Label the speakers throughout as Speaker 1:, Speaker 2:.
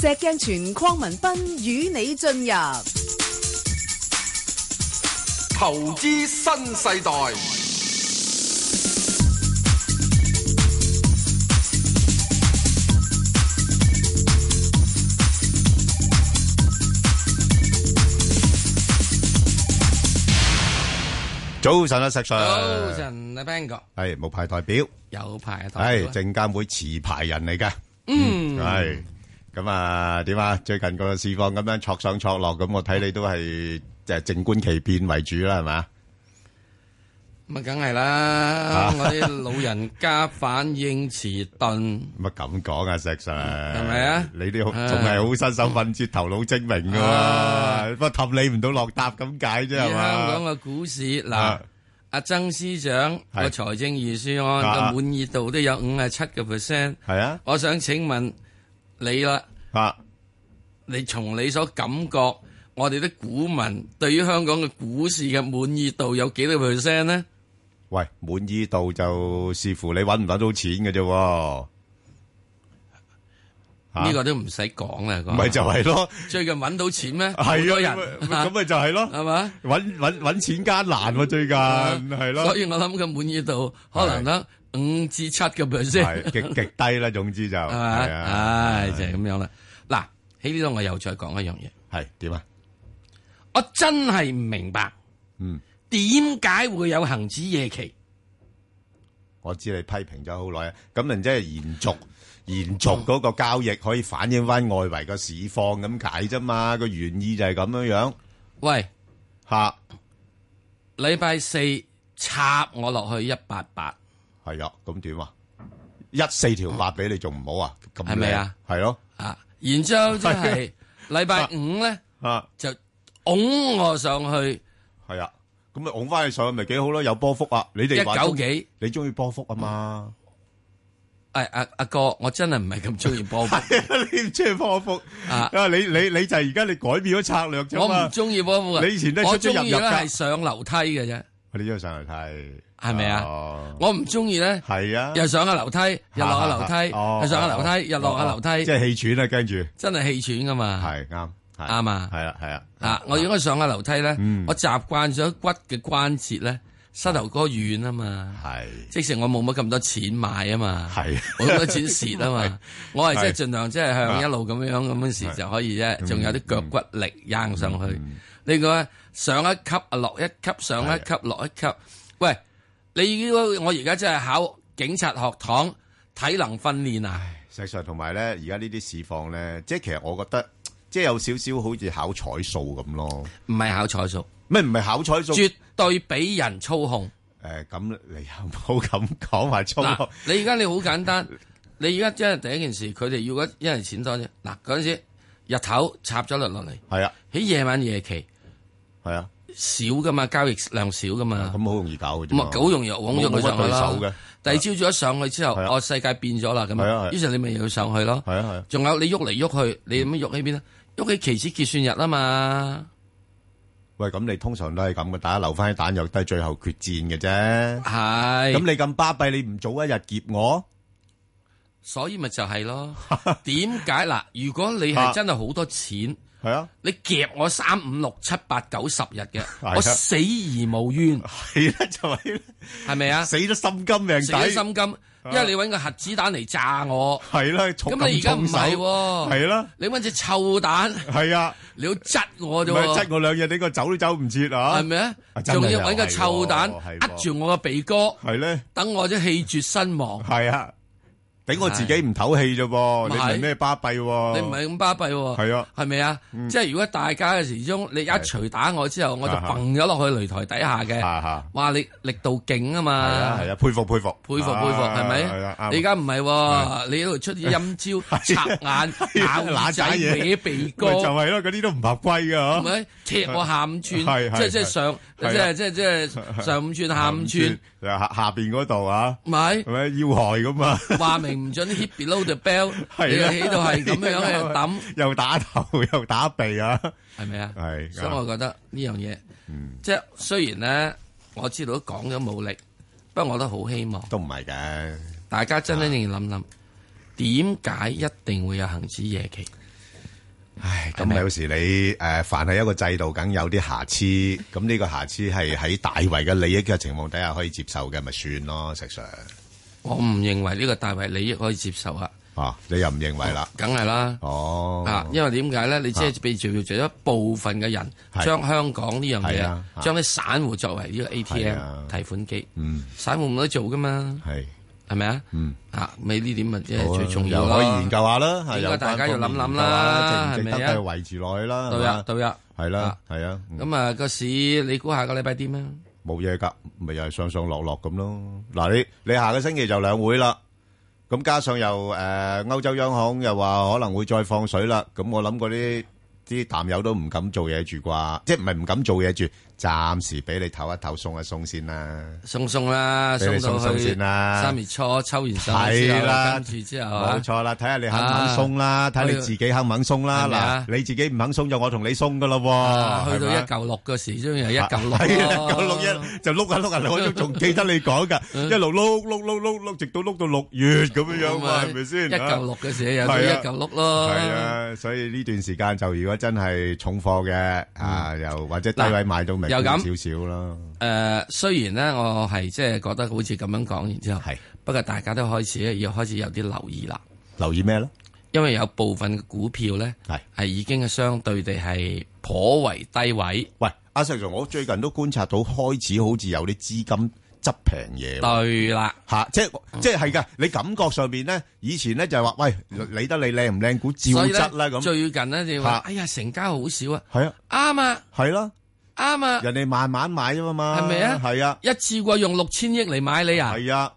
Speaker 1: 石鏡泉鄺民彬與你進入
Speaker 2: 投資新世代。
Speaker 3: 早晨啊，石Sir。
Speaker 4: 早晨啊，Bang 哥
Speaker 3: 係，冇派代表。
Speaker 4: 有排啊，
Speaker 3: 係，證監會持牌人嚟㗎。
Speaker 4: 嗯。
Speaker 3: 係，咁啊，點啊？最近個市況咁樣挫上挫落，咁我睇你都係，就係靜觀其變為主啦，係嘛？
Speaker 4: 咁啊，梗係
Speaker 3: 啊
Speaker 4: 啦，我啲老人家反應遲鈍，
Speaker 3: 乜咁講啊，石Sir？
Speaker 4: 係咪啊？
Speaker 3: 你啲好-
Speaker 4: 唉。
Speaker 3: 仲係好身手敏捷，頭腦精明㗎喎。
Speaker 4: 以
Speaker 3: 不過氹你唔到落搭咁解啫，係嘛？
Speaker 4: 香港嘅股市嗱
Speaker 3: 啊，
Speaker 4: 阿曾司長
Speaker 3: 係
Speaker 4: 個財政預算
Speaker 3: 啊
Speaker 4: 案嘅滿意度都有五啊七個 percent，我想請問你啦，
Speaker 3: 係啊，啊，係。
Speaker 4: 你從你所感覺，我哋啲股民對於香港嘅股市嘅滿意度有幾多 percent 呢？
Speaker 3: 喂，滿意度就視乎你揾唔揾到錢嘅啫喎。嚇
Speaker 4: 呢個都唔使講啦，講
Speaker 3: 咪就啊係咯，
Speaker 4: 最近揾到錢咩？
Speaker 3: 係啊，
Speaker 4: 好多
Speaker 3: 咪
Speaker 4: 人
Speaker 3: 咁咪就係咯，
Speaker 4: 係嘛？
Speaker 3: 揾揾揾錢艱難喎，最近係咯
Speaker 4: 所，以我諗佢滿意度可能得五至七嘅 percent，
Speaker 3: 係極極低啦，總之就
Speaker 4: 係
Speaker 3: 係
Speaker 4: 嘛？
Speaker 3: 啊，
Speaker 4: 唉，就係咁樣啦。嗱，喺呢度我又再講一樣嘢，
Speaker 3: 係點啊？
Speaker 4: 我真係唔明白
Speaker 3: 嗯，
Speaker 4: 點解會有恒指夜期？
Speaker 3: 我知你批評咗好耐，咁人即係延續延續嗰個交易可以反映翻外圍個市況咁解啫嘛，個原意就係咁樣樣
Speaker 4: 喂，
Speaker 3: 嚇，
Speaker 4: 禮拜四插我落去一八八，
Speaker 3: 係啊，咁點啊？一四條八俾你仲唔好啊？咁
Speaker 4: 係咪
Speaker 3: 靚
Speaker 4: 啊？
Speaker 3: 係咯，
Speaker 4: 啊，然之後即係禮拜五咧
Speaker 3: 啊。
Speaker 4: 就拱我上去
Speaker 3: 系啊，咁咪拱翻去上去咪幾好咯，有波幅啊！你
Speaker 4: 一
Speaker 3: 哋話
Speaker 4: 九
Speaker 3: 中，
Speaker 4: 幾。
Speaker 3: 你中意波幅啊嘛？
Speaker 4: 誒哎阿阿哥，我真係唔係咁中意波幅
Speaker 3: 你唔中意波幅
Speaker 4: 啊！
Speaker 3: 啊？你你你就係而家你改變咗策略啫
Speaker 4: 我
Speaker 3: 嘛
Speaker 4: 唔？中意波幅啊！
Speaker 3: 你以前都係
Speaker 4: 我
Speaker 3: 出出入入
Speaker 4: 中
Speaker 3: 㗎
Speaker 4: 意咧係上樓梯嘅啫，
Speaker 3: 你中意上嚟睇
Speaker 4: 係咪啊
Speaker 3: 啊
Speaker 4: 我唔中意咧
Speaker 3: 係啊，
Speaker 4: 又上下樓梯，又落下樓梯，
Speaker 3: 哦
Speaker 4: 又上下樓梯，又落下樓
Speaker 3: 哦即
Speaker 4: 梯，
Speaker 3: 係氣喘啊！跟住
Speaker 4: 真係氣喘噶嘛！
Speaker 3: 係啱，係
Speaker 4: 啱啊
Speaker 3: 係啦，係啊，
Speaker 4: 啊，我應該上下樓梯咧
Speaker 3: 嗯，
Speaker 4: 我習慣咗骨嘅關節咧，膝頭哥軟啊嘛，
Speaker 3: 係
Speaker 4: 即使我冇乜咁多錢買啊嘛，
Speaker 3: 係
Speaker 4: 冇咁多錢蝕啊嘛，我係即係盡量即係向一路咁樣咁樣時就可以啫，仲有啲腳骨力硬上去。你講上一級啊，落一級，上一級落一級。喂，你如果我而家真係考警察學堂體能訓練啊，
Speaker 3: 實際上同埋咧，而家呢啲市況咧，即係其實我覺得即係有少少好似考彩數咁咯。
Speaker 4: 唔係考彩數，
Speaker 3: 咩唔係考彩數？
Speaker 4: 絕對俾人操控。
Speaker 3: 诶，咁你又冇咁講話粗
Speaker 4: 嗱
Speaker 3: 口，
Speaker 4: 你而家你好簡單，你而家真係第一件事，佢哋要一一人錢多啫。嗱，嗰陣時日頭插咗落落嚟，
Speaker 3: 係啊，
Speaker 4: 喺夜晚夜期
Speaker 3: 係啊，
Speaker 4: 少噶嘛，交易量少噶嘛。
Speaker 3: 咁好容易搞嘅啫
Speaker 4: 咁
Speaker 3: 嘛。
Speaker 4: 啊，好容易拱咗佢上去
Speaker 3: 冇乜對手嘅
Speaker 4: 啦。第二朝早一上去之後，
Speaker 3: 係啊
Speaker 4: 哦，世界變咗啦，咁
Speaker 3: 係啊
Speaker 4: 啊
Speaker 3: 係，
Speaker 4: 於是你咪又要上去咯。
Speaker 3: 係啊係啊，
Speaker 4: 仲有你喐嚟喐去，你咁樣喐喺邊啊？喐喺期指結算日啊嘛，
Speaker 3: 喂，咁你通常都係咁嘅，大家留翻啲彈藥都係最後決戰嘅啫。咁
Speaker 4: 係，
Speaker 3: 你咁巴閉，你唔早一日劫我？
Speaker 4: 所以咪就係 咯。點解嗱？如果你
Speaker 3: 啊
Speaker 4: 係真係好多錢，
Speaker 3: 係啊，
Speaker 4: 你夾我三五六七八九十日 嘅，
Speaker 3: 啊
Speaker 4: 我死而無冤，
Speaker 3: 係啦，就係啦
Speaker 4: 係咪 啊？
Speaker 3: 死咗心甘命
Speaker 4: 死咗
Speaker 3: 抵，
Speaker 4: 心甘，因為你揾個核子彈嚟炸 我，
Speaker 3: 係啦，重
Speaker 4: 咁你而家唔係
Speaker 3: 重手
Speaker 4: 喎，
Speaker 3: 係啊啦，
Speaker 4: 你揾隻臭蛋，
Speaker 3: 係啊，
Speaker 4: 你要窒我
Speaker 3: 唔
Speaker 4: 啫
Speaker 3: 係
Speaker 4: 喎
Speaker 3: 執。我兩日，你個走都走唔切啊
Speaker 4: 系？咪啊
Speaker 3: 啊？真係
Speaker 4: 仲要搵個臭蛋
Speaker 3: 又係喎係
Speaker 4: 扼
Speaker 3: 喎
Speaker 4: 住我個鼻哥，
Speaker 3: 係咧，
Speaker 4: 等我啲氣絕身亡。
Speaker 3: 係啊，頂我自己唔唞氣啫噃，你
Speaker 4: 咪
Speaker 3: 唔
Speaker 4: 係
Speaker 3: 係咩巴閉喎？
Speaker 4: 你唔係咁巴閉喎，
Speaker 3: 哦係啊
Speaker 4: 係咪啊？即係如果大家嘅時鐘，你一錘打我之後，我就蹦咗落去擂台底下嘅。
Speaker 3: 啊嚇。
Speaker 4: 哇！你力度勁啊
Speaker 3: 係啊
Speaker 4: 嘛，
Speaker 3: 係啊，佩服佩服，
Speaker 4: 佩服佩服，係
Speaker 3: 係啊
Speaker 4: 咪？你而
Speaker 3: 啱
Speaker 4: 家唔係喎，你喺度出啲陰 招，插眼、咬耳仔、
Speaker 3: 揦啊仔嘢
Speaker 4: 搲鼻哥
Speaker 3: 咪，就係咯，嗰啲都唔合規噶
Speaker 4: 係，咪？踢我下五寸，即
Speaker 3: 係係
Speaker 4: 係即係上，即
Speaker 3: 係啊
Speaker 4: 係即係即係上五寸下五寸，
Speaker 3: 下下邊嗰度啊，
Speaker 4: 咪
Speaker 3: 係？咪要害咁啊？
Speaker 4: 話明唔准 hit below the bell，你
Speaker 3: 係啊，啊
Speaker 4: 喺度係咁 樣喺度抌，
Speaker 3: 又打頭 又打鼻啊，
Speaker 4: 係咪啊？
Speaker 3: 係嗯
Speaker 4: 所以我覺得呢樣嘢，即係雖然咧，我知道講咗冇力，不過我都好希望
Speaker 3: 都唔係嘅，
Speaker 4: 大家真真正正諗諗，點解一定會有恒指夜期？
Speaker 3: 唉，咁有時你诶，凡係一個制度，梗有啲瑕疵。咁呢個瑕疵係喺大圍嘅利益嘅情況底下可以接受嘅，咪算咯，石 Sir。
Speaker 4: 我唔認為呢個大衞利益可以接受啊，
Speaker 3: 啊，你又唔認為啦？
Speaker 4: 梗係啦。
Speaker 3: 哦，啊
Speaker 4: 啊，因為點解咧？你即係被召做一部分嘅人，
Speaker 3: 係
Speaker 4: 將香港呢樣
Speaker 3: 係
Speaker 4: 嘢
Speaker 3: 啊，啊
Speaker 4: 將啲散户作為呢個
Speaker 3: 係啊
Speaker 4: ATM 提款機，
Speaker 3: 嗯，
Speaker 4: 散户冇得做噶嘛，
Speaker 3: 係，
Speaker 4: 係咪啊？啊，咪呢點咪即係最重要啊
Speaker 3: 又
Speaker 4: 咯
Speaker 3: 可以研究下啦，係
Speaker 4: 應該
Speaker 3: 有關
Speaker 4: 大家要
Speaker 3: 方面
Speaker 4: 諗諗
Speaker 3: 研究下
Speaker 4: 啦
Speaker 3: 值唔值
Speaker 4: 係咪
Speaker 3: 得
Speaker 4: 啊
Speaker 3: 都係維持落去啦，
Speaker 4: 對啊，
Speaker 3: 係嘛
Speaker 4: 對啊，
Speaker 3: 係
Speaker 4: 啊
Speaker 3: 啦，係啊，嗯
Speaker 4: 咁啊個市你估下個禮拜點啊？
Speaker 3: 冇嘢噶，咪又係上上落落咁咯。嗱，你你下個星期就兩會啦，咁加上又诶欧洲央行又話可能會再放水啦，咁我諗嗰啲啲淡友都唔敢做嘢住啩，即系唔係唔敢做嘢住，暫時俾你唞一唞，鬆一鬆先啦。
Speaker 4: 送送啦，
Speaker 3: 俾你
Speaker 4: 送到
Speaker 3: 送送
Speaker 4: 去
Speaker 3: 先啦
Speaker 4: 三月初抽完手之
Speaker 3: 係
Speaker 4: 後，
Speaker 3: 啦
Speaker 4: 跟住之後啊
Speaker 3: 冇，錯啦，睇下你肯唔肯鬆啦，睇你自己肯唔肯鬆
Speaker 4: 係咪
Speaker 3: 啦
Speaker 4: 啊。
Speaker 3: 嗱，你自己唔肯鬆就我同你鬆噶咯
Speaker 4: 啊
Speaker 3: 喎，
Speaker 4: 去到
Speaker 3: 係咪
Speaker 4: 一嚿六嘅時，終於係一嚿六
Speaker 3: 係啊
Speaker 4: 咯
Speaker 3: 九六一就碌下碌下，我都仲記得你講噶，一路碌碌碌碌碌，直到碌到六月咁樣樣嘛，係咪先？
Speaker 4: 啊一嚿六嘅時有到一
Speaker 3: 係啊
Speaker 4: 嚿六咯。
Speaker 3: 係啊，所以呢段時間就如果真係重貨嘅啊，又或者低位買到明
Speaker 4: 又
Speaker 3: 少
Speaker 4: 咁
Speaker 3: 少啦，
Speaker 4: 誒、雖然咧，我係即係覺得好似咁樣講完之後，
Speaker 3: 係
Speaker 4: 不過大家都開始要開始有啲留意啦，
Speaker 3: 留意咩咧？
Speaker 4: 因為有部分嘅股票咧
Speaker 3: 係
Speaker 4: 係已經係相對地係頗為低位，
Speaker 3: 喂，阿石 Sir，我最近都觀察到開始好似有啲資金執平嘢喎。
Speaker 4: 對啦，
Speaker 3: 吓，即系即系噶，你感覺上边咧，以前咧就係話，喂，理得你靚唔靚股，照
Speaker 4: 所以呢
Speaker 3: 質啦咁，
Speaker 4: 最近咧，你話
Speaker 3: 嚇
Speaker 4: 哎呀成交好少啊，
Speaker 3: 係啊，
Speaker 4: 啱啊，
Speaker 3: 係啦，
Speaker 4: 啱啊，
Speaker 3: 人哋慢慢買啫嘛，
Speaker 4: 係咪啊
Speaker 3: 係啊，
Speaker 4: 一次過用六千億嚟買你啊，
Speaker 3: 係啊，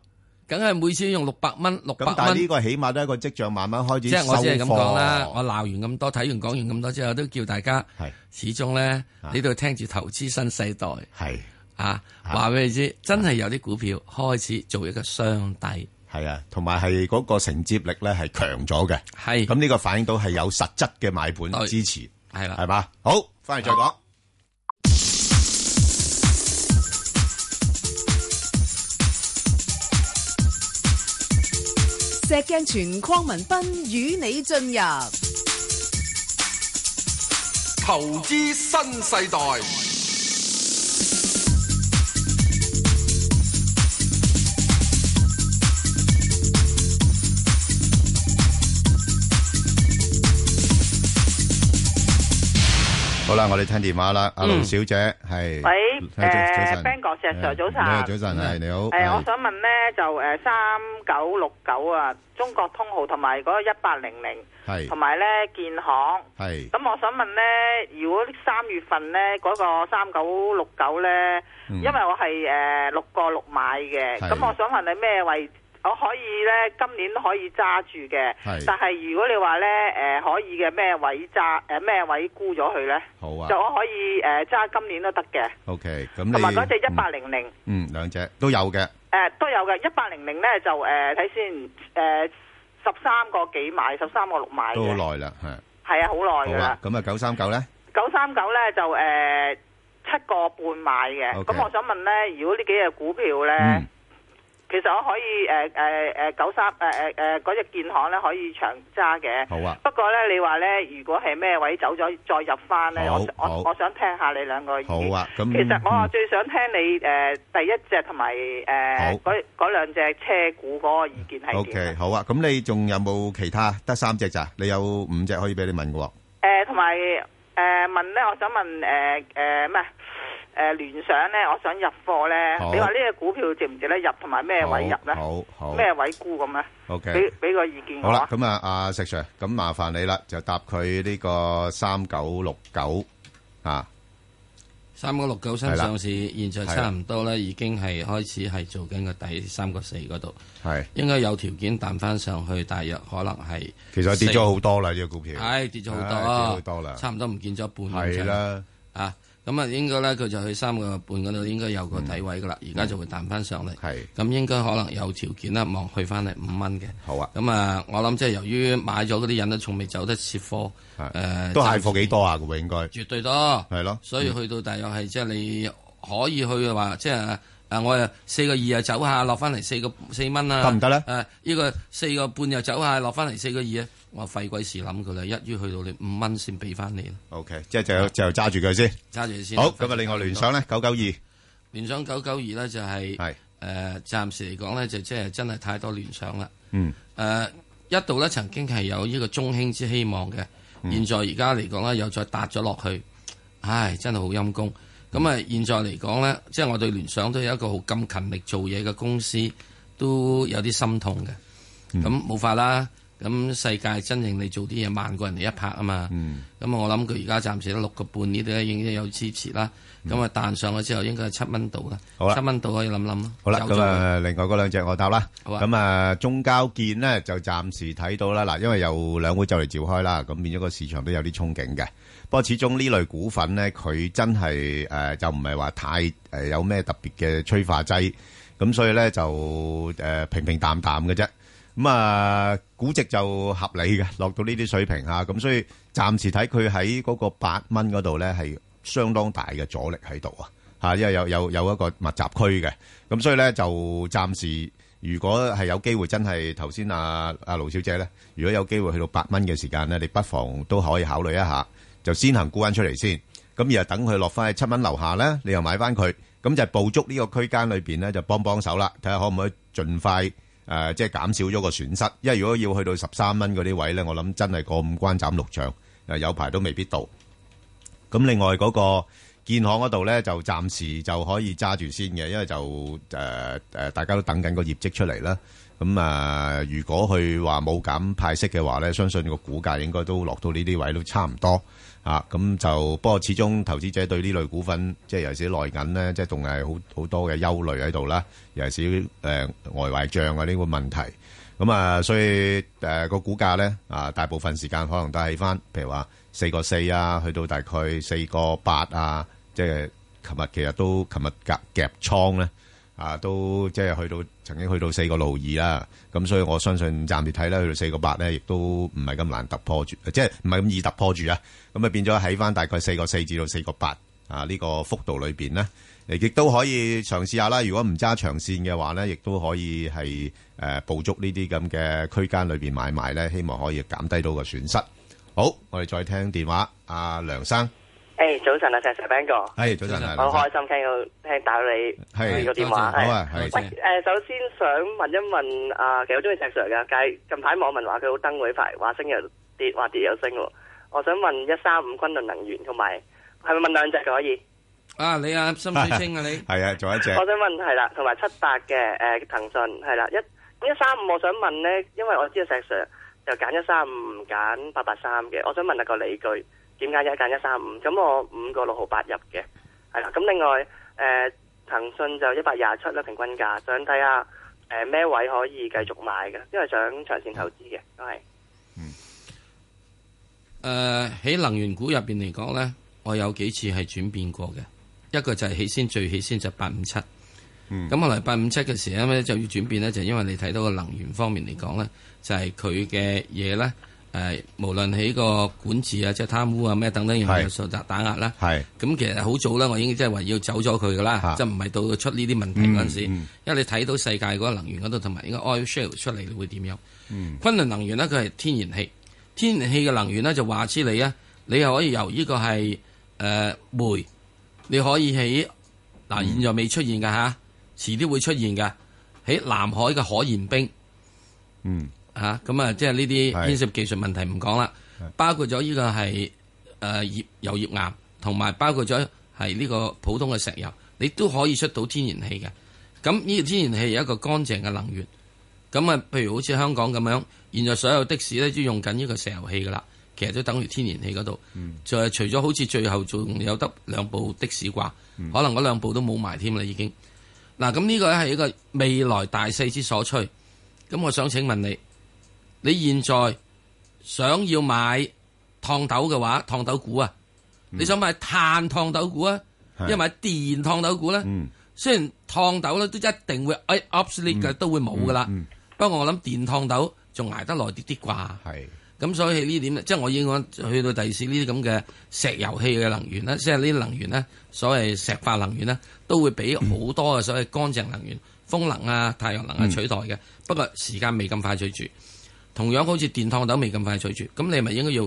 Speaker 4: 梗係每次用六百蚊，六百
Speaker 3: 咁但係
Speaker 4: 蚊。
Speaker 3: 呢個起碼都係一個跡象，慢慢開始
Speaker 4: 即係我只係咁
Speaker 3: 收貨
Speaker 4: 講啦，我鬧完咁多，睇完講完咁多之後，都叫大家
Speaker 3: 係
Speaker 4: 始終咧
Speaker 3: 啊，
Speaker 4: 你都要聽住投資新世代。
Speaker 3: 係
Speaker 4: 啊，
Speaker 3: 啊
Speaker 4: 話俾你知，真係有啲股票開始做一個雙底，
Speaker 3: 係啊，同埋係嗰個承接力咧係強咗嘅，
Speaker 4: 係
Speaker 3: 咁呢個反映到係有實質嘅買盤
Speaker 4: 對
Speaker 3: 支持，
Speaker 4: 係啦
Speaker 3: 係。嘛？好，翻嚟再講。
Speaker 1: 石鏡泉邝文斌與你進入
Speaker 2: 投資新世代，
Speaker 3: 好啦，我哋聽電話啦，阿盧小姐係，
Speaker 5: 喂
Speaker 3: 早早
Speaker 5: 誒
Speaker 3: 晨
Speaker 5: ，Ben 哥石 Sir，早晨
Speaker 3: 你好早晨係你好，
Speaker 5: 诶、
Speaker 3: 係
Speaker 5: 我想問呢，就诶三九六九啊，中國通號同埋嗰一八零零，
Speaker 3: 係
Speaker 5: 同埋呢建行。
Speaker 3: 係
Speaker 5: 咁我想問呢，如果三月份呢嗰、個三九六九呢，
Speaker 3: 嗯
Speaker 5: 因為我係诶六個六買嘅，
Speaker 3: 係
Speaker 5: 咁我想問你咩位？我可以呢，今年都可以揸住嘅
Speaker 3: 係，
Speaker 5: 但係如果你話呢，诶、可以嘅咩位揸诶咩位沽咗佢呢？
Speaker 3: 好啊
Speaker 5: 就。我可以诶揸、今年都得嘅，
Speaker 3: OK，咁你
Speaker 5: 同埋嗰只
Speaker 3: 嗯
Speaker 5: 一八零零。
Speaker 3: 嗯兩隻都有嘅，
Speaker 5: 誒、呃都有嘅，一八零零咧就呃誒睇、先，誒十三個幾買，十三個六買
Speaker 3: 都好
Speaker 5: 嘅，
Speaker 3: 耐啦，係
Speaker 5: 係啊，好耐
Speaker 3: 好
Speaker 5: 㗎啦
Speaker 3: 啊。。咁啊九三九咧，
Speaker 5: 九三九咧就誒七個半買嘅，咁
Speaker 3: OK
Speaker 5: 我想問咧，如果呢幾隻股票咧，
Speaker 3: 嗯
Speaker 5: 其實我可以誒誒誒九三呃誒誒誒嗰只建行咧可以長揸嘅。
Speaker 3: 好啊
Speaker 5: 不過咧，你話咧，如果係咩位走咗再入翻咧，
Speaker 3: 好
Speaker 5: 我
Speaker 3: 好
Speaker 5: 我我想聽下你兩個意見。
Speaker 3: 好啊咁
Speaker 5: 其實我啊
Speaker 3: 嗯
Speaker 5: 最想聽你誒、呃第一隻同埋誒
Speaker 3: 好
Speaker 5: 嗰嗰兩隻車股嗰個意見係點啊？
Speaker 3: ，OK，好啊。咁你仲有冇其他？得三隻咋？你有五隻可以俾你問嘅喎。
Speaker 5: 誒呃同埋誒問咧，我想問誒誒咩？誒、聯想咧，我想入貨咧，
Speaker 3: 好
Speaker 5: 你話呢只股票值唔值得入，同埋咩位入咧？
Speaker 3: 好好
Speaker 5: 咩位沽咁咧？
Speaker 3: ，OK，
Speaker 5: 俾俾個意見我
Speaker 3: 好啦
Speaker 5: 啊。。
Speaker 3: 咁啊，阿石 Sir，咁麻煩你啦，就答佢呢個三九六九啊，
Speaker 4: 三個六九新
Speaker 3: 係啦
Speaker 4: 上市，現在
Speaker 3: 係啦
Speaker 4: 差唔多咧，已經係開始係做緊個底三個四嗰度，
Speaker 3: 係，
Speaker 4: 應該有條件彈翻上去，大約可能係
Speaker 3: 其實跌咗好多啦，呢個股
Speaker 4: 四，
Speaker 3: 票，
Speaker 4: 唉跌咗好多，
Speaker 3: 唉跌咗好多啦
Speaker 4: 差唔多唔見咗一半咁
Speaker 3: 係
Speaker 4: 滯
Speaker 3: 啦，
Speaker 4: 啊，咁啊應該咧佢就去三個半嗰度應該有個底位噶啦，而家就會彈翻上嚟，
Speaker 3: 嗯係
Speaker 4: 咁應該可能有條件啦，望去翻嚟五蚊嘅。
Speaker 3: 好啊。
Speaker 4: 咁啊，我諗即係由於買咗嗰啲人都從未走得切貨，
Speaker 3: 係
Speaker 4: 誒
Speaker 3: 都蟹貨幾多啊？佢應該
Speaker 4: 暫時絕對多，
Speaker 3: 係咯
Speaker 4: 所以去到大約係即係你可以去嘅話，即係誒啊，我又四個二又走下，落翻嚟四個四蚊啊，
Speaker 3: 得唔得咧
Speaker 4: 誒，呢個四個半又走下，落翻嚟四個二啊，我話費鬼事諗佢啦，一於去到你五蚊先俾翻你啦，
Speaker 3: OK，即係就就揸住佢先。
Speaker 4: 揸住你先。
Speaker 3: 好，咁啊，另外聯想咧，九九二係
Speaker 4: 聯想九九二咧就係、誒，暫時嚟講咧就即係真係太多聯想啦。
Speaker 3: 嗯
Speaker 4: 誒、呃一度咧曾經係有呢個中興之希望嘅，
Speaker 3: 嗯
Speaker 4: 現在而家嚟講咧又再搭咗落去，唉，真係好陰功。咁
Speaker 3: 嗯
Speaker 4: 啊，現在嚟講咧，即係我對聯想都有一個好咁勤力做嘢嘅公司，都有啲心痛
Speaker 3: 嗯
Speaker 4: 嘅。咁冇、法啦，咁世界真正你做啲嘢慢過人哋一拍啊嘛。
Speaker 3: 嗯
Speaker 4: 咁、我諗佢而家暫時都六個半呢啲咧已經有支持啦。咁啊、彈上去之後應該係七蚊度啦，
Speaker 3: 嗯好啦
Speaker 4: 七蚊度可以諗諗啦。
Speaker 3: 好啦，
Speaker 4: 有
Speaker 3: 咁
Speaker 4: 咗佢
Speaker 3: 啊，另外嗰兩隻我答啦。
Speaker 4: 好啊
Speaker 3: 咁啊，中交建咧就暫時睇到啦，嗱，因為有兩會就嚟召開啦，咁變咗個市場都有啲憧憬嘅。不過始終呢類股份咧，佢真係誒、呃就唔係話太誒、呃有咩特別嘅催化劑，咁所以咧就誒、呃平平淡淡嘅啫。咁啊，估值就合理嘅，落到呢啲水平嚇，咁所以暫時睇佢喺嗰個八蚊嗰度咧，係相當大嘅阻力喺度啊！嚇，因為有有有一個密集區嘅，咁所以咧就暫時，如果係有機會真係頭先阿阿盧小姐咧，如果有機會去到八蚊嘅時間咧，你不妨都可以考慮一下，就先行沽翻出嚟先，咁然後等佢落翻去七蚊樓下咧，你又買翻佢，咁就捕捉呢個區間裏邊咧就幫幫手啦，睇下可唔可以盡快。誒、即係減少咗個損失。因為如果要去到十三蚊嗰啲位咧，我諗真係過五關斬六將，誒、有排都未必到。咁另外嗰個建行嗰度咧，就暫時就可以揸住先嘅，因為就誒誒、大家都等緊個業績出嚟啦。咁啊、如果佢話冇減派息嘅話咧，相信個股價應該都落到呢啲位都差唔多啊。咁就不過始終投資者對呢類股份，即係尤其是內銀咧，即係仲係好好多嘅憂慮喺度啦。尤其是誒、呃外壞帳啊呢個問題。咁啊，所以誒個、股價咧啊，大部分時間可能都係翻，譬如話四個四啊，去到大概四個八啊，即係琴日其實都琴日夾夾倉咧啊，都即係去到曾經去到四個六二啦。咁所以我相信暫時睇咧，去到四個八咧，亦都唔係咁難突破住，即係唔係咁易突破住啊。咁啊變咗喺翻大概四個四至到四個八啊呢個幅度裏邊咧。亦都可以嘗試下啦。如果唔揸長線嘅話咧，亦都可以係誒、呃捕捉呢啲咁嘅區間裏邊買賣咧，希望可以減低到個損失。好，我哋再聽電話，阿、梁生，
Speaker 6: 诶，早晨啊，石石 Ben 哥，
Speaker 3: 係早晨啊，梁
Speaker 6: 好開
Speaker 3: 生，
Speaker 6: 心聽到聽打你
Speaker 3: 係
Speaker 6: 呢個電話。
Speaker 4: 多謝
Speaker 6: 係
Speaker 3: 好啊，係
Speaker 4: 多
Speaker 6: 喂
Speaker 4: 謝，
Speaker 6: 诶，首先想問一問啊，其實我中意石 Sir 噶，但係近排網民話佢好燈會牌，話升又跌，話跌又升喎。我想問一三五昆侖能源同埋係咪問兩隻嘅可以？
Speaker 4: 啊，你啊，心水清啊，你
Speaker 3: 係啊，仲有一隻
Speaker 6: 我想問係啦，同埋七八嘅誒騰訊係啦，一咁一三五，我想問呢，因為我知道石 Sir 就揀一三五唔揀八八三嘅，我想問下個理據點解一揀一三五？咁我五個六毫八入嘅係啦，咁另外誒、呃、騰訊就一百廿七啦，平均價，想睇下誒咩位可以繼續買嘅，因為想長線投資嘅都係
Speaker 4: 誒喺、能源股入邊嚟講咧，我有幾次係轉變過嘅。一個就係起先最起先就八五七，咁後來八五七嘅時候咧就要轉變咧，就因為你睇到個能源方面嚟講咧，就係佢嘅嘢咧，誒、無論喺個管治啊、即係貪污啊咩等等樣
Speaker 3: 係
Speaker 4: 嘢受打打壓啦。
Speaker 3: 係
Speaker 4: 咁其實好早啦，我已經即係話要走咗佢噶
Speaker 3: 嚇
Speaker 4: 啦，即係唔係到佢出呢啲問題嗰陣時，
Speaker 3: 嗯嗯
Speaker 4: 因為你睇到世界嗰個能源嗰度同埋呢個 oil shale 出嚟會點樣？
Speaker 3: 嗯
Speaker 4: 昆侖能源呢，佢係天然氣，天然氣嘅能源呢，就話之你啊，你又可以由呢個係誒、呃煤，你可以喺嗱、
Speaker 3: 嗯
Speaker 4: 現在未出現㗎嚇，遲啲會出現㗎，喺南海嘅可燃冰。
Speaker 3: 嗯
Speaker 4: 嚇，咁啊，即係呢啲
Speaker 3: 係
Speaker 4: 牽涉技術問題唔講啦，包括咗呢個係呃誒頁油頁岩，同埋包括咗係呢個普通嘅石油，你都可以出到天然氣嘅。咁呢個天然氣係一個乾淨嘅能源。咁啊，譬如好似香港咁樣，現在所有的士咧都用緊呢個石油氣噶啦，其實都等於天然氣嗰度。就係除咗好似最後仲有得兩部的士啩，可能嗰兩部都冇埋添啦已經。嗱，咁呢個咧係一個未來大勢之所趨。咁我想請問你，你現在想要買燙斗嘅話，燙斗股啊，你想買碳燙斗股啊，
Speaker 3: 嗯
Speaker 4: 因
Speaker 3: 係
Speaker 4: 為買電燙斗股咧，
Speaker 3: 嗯
Speaker 4: 雖然燙斗咧都一定會哎
Speaker 3: 嗯
Speaker 4: obsolete 嘅，都會冇噶啦。不過我諗電燙斗仲捱得耐啲啲啩。
Speaker 3: 係
Speaker 4: 咁所以呢點咧，即係我已經講去到第四呢啲咁嘅石油氣嘅能源咧，即係呢啲能源咧，所謂石化能源咧，都會俾好多嘅所謂乾淨能源、風能啊、太陽能啊取代嘅。不過時間未咁快取住，同樣好似電燙斗未咁快取住，咁你咪應該要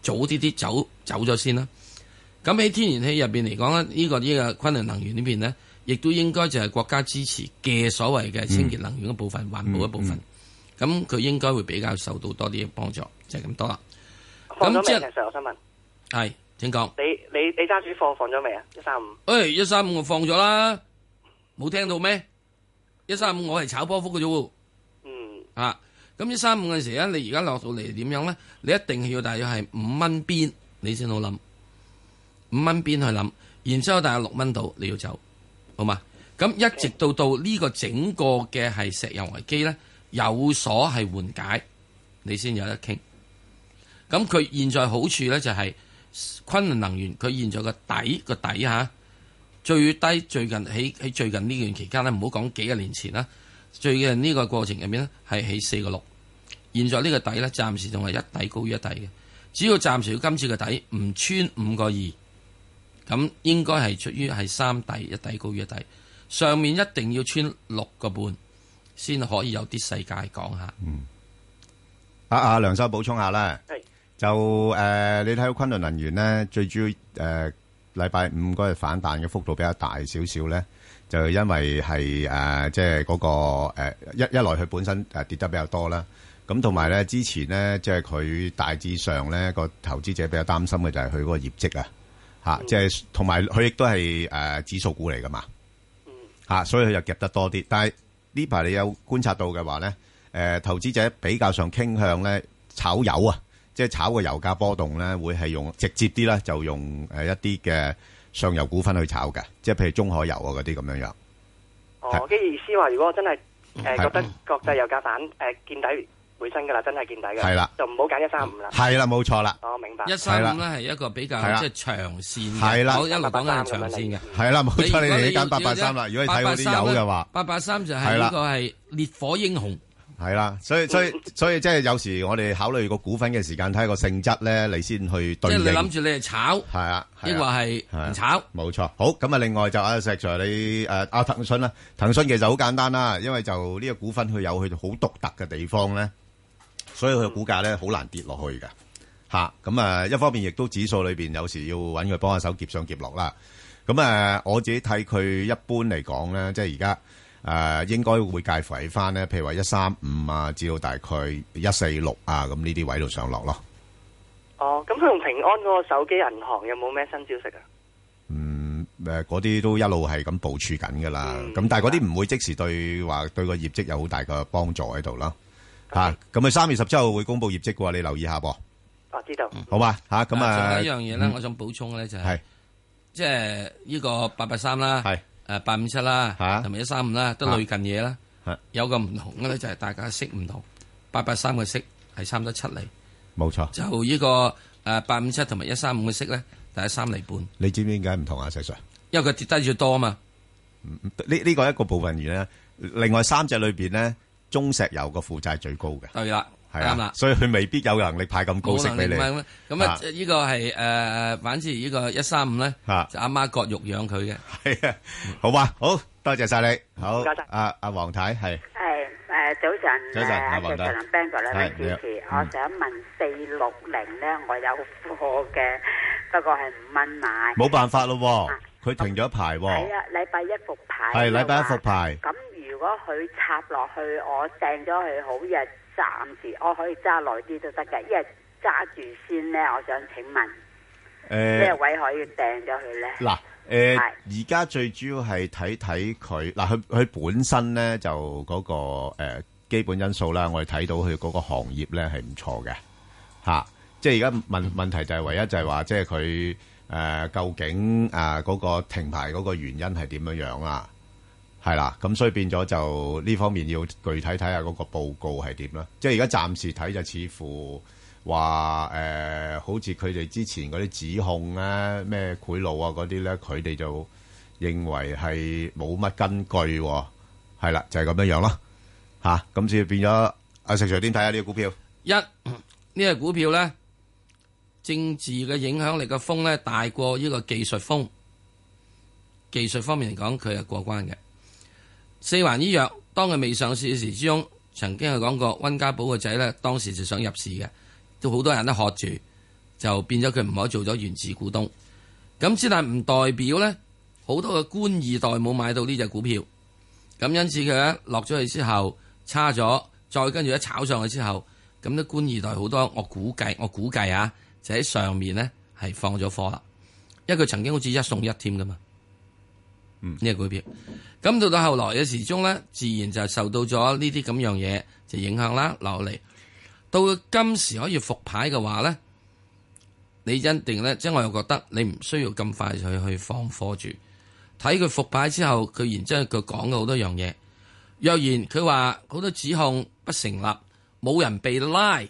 Speaker 4: 早啲啲走走咗先啦。咁喺天然氣入邊嚟講咧，呢、個呢、個昆侖能源呢邊咧，亦都應該就係國家支持嘅所謂嘅清潔能源嘅部分、環保嘅部分。咁佢、應該會比較受到多啲幫助，就係、咁多啦。
Speaker 6: 放咗
Speaker 4: 咁即
Speaker 6: 未
Speaker 4: 係
Speaker 6: 啊？石 Sir，我想問
Speaker 4: 係，請講。
Speaker 6: 你你你揸住啲貨放咗未啊？一三五
Speaker 4: 誒一三五我放咗啦，冇聽到咩？一三五我係炒波幅嘅啫喎。
Speaker 6: 嗯
Speaker 4: 啊，咁一三五嘅時咧，你而家落到嚟點樣咧？你一定要大約係五蚊邊，你先好諗，五蚊邊去諗，然之後大約六蚊度你要走，好嘛？咁一直到到呢個整個嘅係石油危機咧有所係緩解，你先有得傾。咁佢現在好處咧就係、昆侖能源佢現在個底個底嚇最低最近喺喺最近呢段期間咧，唔好講幾個年前啦。最近呢個過程入面呢，係起四個六。現在呢個底呢，暫時仲係一底高於一底嘅。只要暫時今次個底唔穿五個二，咁應該係出於係三底一底高於一底。上面一定要穿六個半，先可以有啲世界講下。
Speaker 3: 阿阿啊梁生補充下啦，
Speaker 6: 係
Speaker 3: 就诶，你睇到昆侖能源咧，最主要诶禮拜五嗰日反彈嘅幅度比較大少少咧，就因為係诶即係嗰個诶一一來佢本身诶跌得比較多啦，咁同埋咧之前咧即係佢大致上咧個投資者比較擔心嘅就係佢嗰個業績啊，吓即係同埋佢亦都係诶指數股嚟噶嘛。吓、所以佢就夾得多啲。但係呢排你有觀察到嘅話咧，诶、呃投資者比較上傾向咧炒油啊，即係炒個油價波動咧，會係用直接啲啦，就用呃诶一啲嘅上游股份去炒嘅，即係譬如中海油啊嗰啲咁樣樣。係
Speaker 6: 哦，跟住意思話，如果我真係
Speaker 3: 係
Speaker 6: 誒覺得國際油價反誒見底回升㗎啦，真係見底㗎，
Speaker 3: 係啦，
Speaker 6: 就唔好揀一三五啦。
Speaker 3: 係啦，冇錯啦，
Speaker 6: 我明白，
Speaker 4: 一三五呢係一個比較
Speaker 3: 係啦
Speaker 4: 即係長線
Speaker 3: 係啦
Speaker 4: 嘅，我一路講緊係長線嘅。
Speaker 3: 係啦，冇錯。你
Speaker 4: 如果
Speaker 3: 哋呢間
Speaker 4: 要
Speaker 3: 八八三啦，如果你睇
Speaker 4: 883
Speaker 3: 嗰啲
Speaker 4: 呢
Speaker 3: 油嘅話，
Speaker 4: 八八三就
Speaker 3: 係
Speaker 4: 係
Speaker 3: 啦
Speaker 4: 呢個係烈火英雄。
Speaker 3: 係啦，所以所以所以即係有時我哋考慮個股份嘅時間，睇下個性質咧，你先
Speaker 4: 即
Speaker 3: 去對
Speaker 4: 係你
Speaker 3: 應。
Speaker 4: 諗住你係炒，
Speaker 3: 係啊，係啊
Speaker 4: 抑或係唔炒？
Speaker 3: 冇錯，好咁啊！另外就阿石 Sir 你誒阿騰訊啦，啊騰訊其實好簡單啦，因為就呃呢個股份佢有佢好獨特嘅地方咧，所以佢嘅股價咧好難跌落去嘅嚇。咁啊，一方面亦都指數裏邊有時要揾佢幫下手夾上夾落啦。咁啊，我自己睇佢一般嚟講咧，即係而家誒呃應該會介乎喺翻咧，譬如話一三五啊，至到大概一四六啊，咁呢啲位度上落咯。
Speaker 6: 哦，咁佢用平安嗰個手機銀行有冇咩新消息啊？
Speaker 3: 嗯，誒嗰啲都一路係咁部署緊噶啦，
Speaker 6: 嗯
Speaker 3: 咁、但係嗰啲唔會即時對話對個業績有好大嘅幫助喺度啦。嚇、咁佢三月十七號會公布業績嘅喎，你留意下噃，
Speaker 6: 我知道，
Speaker 3: 好嘛？嚇、咁啊，
Speaker 4: 仲有一樣嘢咧，我想補充咧就係
Speaker 3: 係，
Speaker 4: 即係呢個八八三啦，
Speaker 3: 係
Speaker 4: 誒八五七啦
Speaker 3: 係啊，
Speaker 4: 同埋一三五啦，都類近嘢啦
Speaker 3: 係。
Speaker 4: 有個唔同嘅咧就係大家息唔同，八八三嘅息係差唔多七厘，
Speaker 3: 冇錯。
Speaker 4: 就呢個誒八五七同埋一三五嘅息咧，大係三厘半，
Speaker 3: 你知唔知點解唔同啊，石 Sir？
Speaker 4: 因為佢跌低咗多嘛。
Speaker 3: 呢呢個一個部分原因啦，另外三隻裏邊咧，中石油個負債最高嘅，
Speaker 4: 對啦，
Speaker 3: 係
Speaker 4: 啱
Speaker 3: 啊
Speaker 4: 啦，。
Speaker 3: 所以佢未必有能力派咁高
Speaker 4: 冇
Speaker 3: 息
Speaker 4: 能
Speaker 3: 俾
Speaker 4: 力
Speaker 3: 你。
Speaker 4: 買咁咁
Speaker 3: 啊
Speaker 4: 啊，呢個係誒，反之呢個一三五咧，
Speaker 3: 啊
Speaker 4: 就阿媽割肉養佢嘅。
Speaker 3: 係啊，好嘛，好多謝晒你，好
Speaker 6: 唔該晒，
Speaker 3: 阿阿黃太
Speaker 7: 係誒
Speaker 3: 係
Speaker 7: 早晨，
Speaker 3: 早晨
Speaker 7: 誒
Speaker 3: 阿黃
Speaker 7: 早
Speaker 3: 德
Speaker 7: 晨 b a n g 兩位
Speaker 3: 係
Speaker 7: 主
Speaker 3: 你好
Speaker 7: 持，
Speaker 3: 嗯
Speaker 7: 我想問四六零咧，我有貨嘅，不過係五蚊買。
Speaker 3: 冇辦法咯喎，佢停咗一排喎
Speaker 7: 係。啊，禮拜一復牌。
Speaker 3: 係禮拜一復牌
Speaker 7: 咁如果佢插落去，我掟咗佢好日，暫時我可以揸耐啲都得嘅，因為揸住先咧。我想請問
Speaker 3: 誒
Speaker 7: 咩。位可以掟咗佢咧？
Speaker 3: 嗱，誒
Speaker 7: 係
Speaker 3: 而家最主要係睇睇佢嗱，佢佢本身咧就嗰、個、誒基本因素啦，我哋睇到佢嗰個行業咧係唔錯嘅嚇、即係而家問問題就係唯一就係話，即係佢誒究竟啊嗰、個停牌嗰個原因係點樣樣啦？係啦，咁所以變咗就呢方面要具體睇下嗰個報告係點啦。即係而家暫時睇就似乎話誒、呃好似佢哋之前嗰啲指控咧，咩賄賂啊嗰啲咧，佢哋就認為係冇乜根據喎、係啊啦，就係、咁樣樣咯嚇。咁、所以變咗阿石 Sir 點睇下呢個股票？
Speaker 4: 一呢只股票咧，政治嘅影響力嘅風咧大過呢個技術風。技術方面嚟講，佢係過關嘅。四環醫藥當佢未上市嘅時之中，曾經係講過温家寶個仔咧，當時就想入市嘅，都好多人都喝住，就變咗佢唔可以做咗原始股東。咁之但唔代表咧，好多嘅官二代冇買到呢只股票。咁因此佢咧落咗去之後差咗，再跟住一炒上去之後，咁啲官二代好多，我估計我估計啊，就喺上面咧係放咗貨啦，因為佢曾經好似一送一添噶嘛，
Speaker 3: 嗯
Speaker 4: 呢個股票。咁到到後來嘅時鐘咧，自然就受到咗呢啲咁樣嘢就影響啦落嚟。到今時可以復牌嘅話咧，你一定咧，即係我又覺得你唔需要咁快去去放貨住。睇佢復牌之後，佢然之後佢講嘅好多樣嘢。若然佢話好多指控不成立，冇人被拉，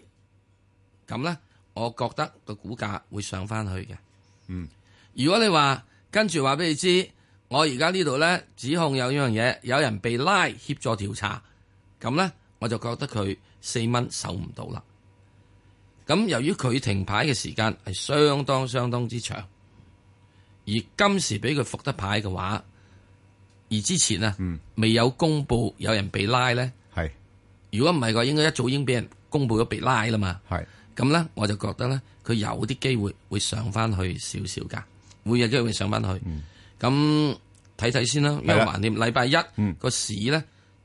Speaker 4: 咁咧，我覺得個股價會上翻去嘅。
Speaker 3: 嗯，
Speaker 4: 如果你話跟住話俾你知，我而家呢度咧指控有樣嘢，有人被拉協助調查，咁咧我就覺得佢四蚊守唔到啦。咁由於佢停牌嘅時間係相當相當之長。而今時俾佢復得牌嘅話，而之前啊、
Speaker 3: 嗯
Speaker 4: 未有公佈有人被拉咧，
Speaker 3: 係
Speaker 4: 如果唔係嘅話，應該一早已經俾人公佈咗被拉啦嘛。
Speaker 3: 係
Speaker 4: 咁咧，我就覺得咧，佢有啲機會會上翻去少少㗎，會有機會上翻去。咁睇睇先啦，因為
Speaker 3: 嗯係啦啊
Speaker 4: 橫掂禮拜一
Speaker 3: 嗯
Speaker 4: 個市咧，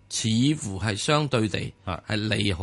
Speaker 4: 似乎係相對地
Speaker 3: 係
Speaker 4: 係利好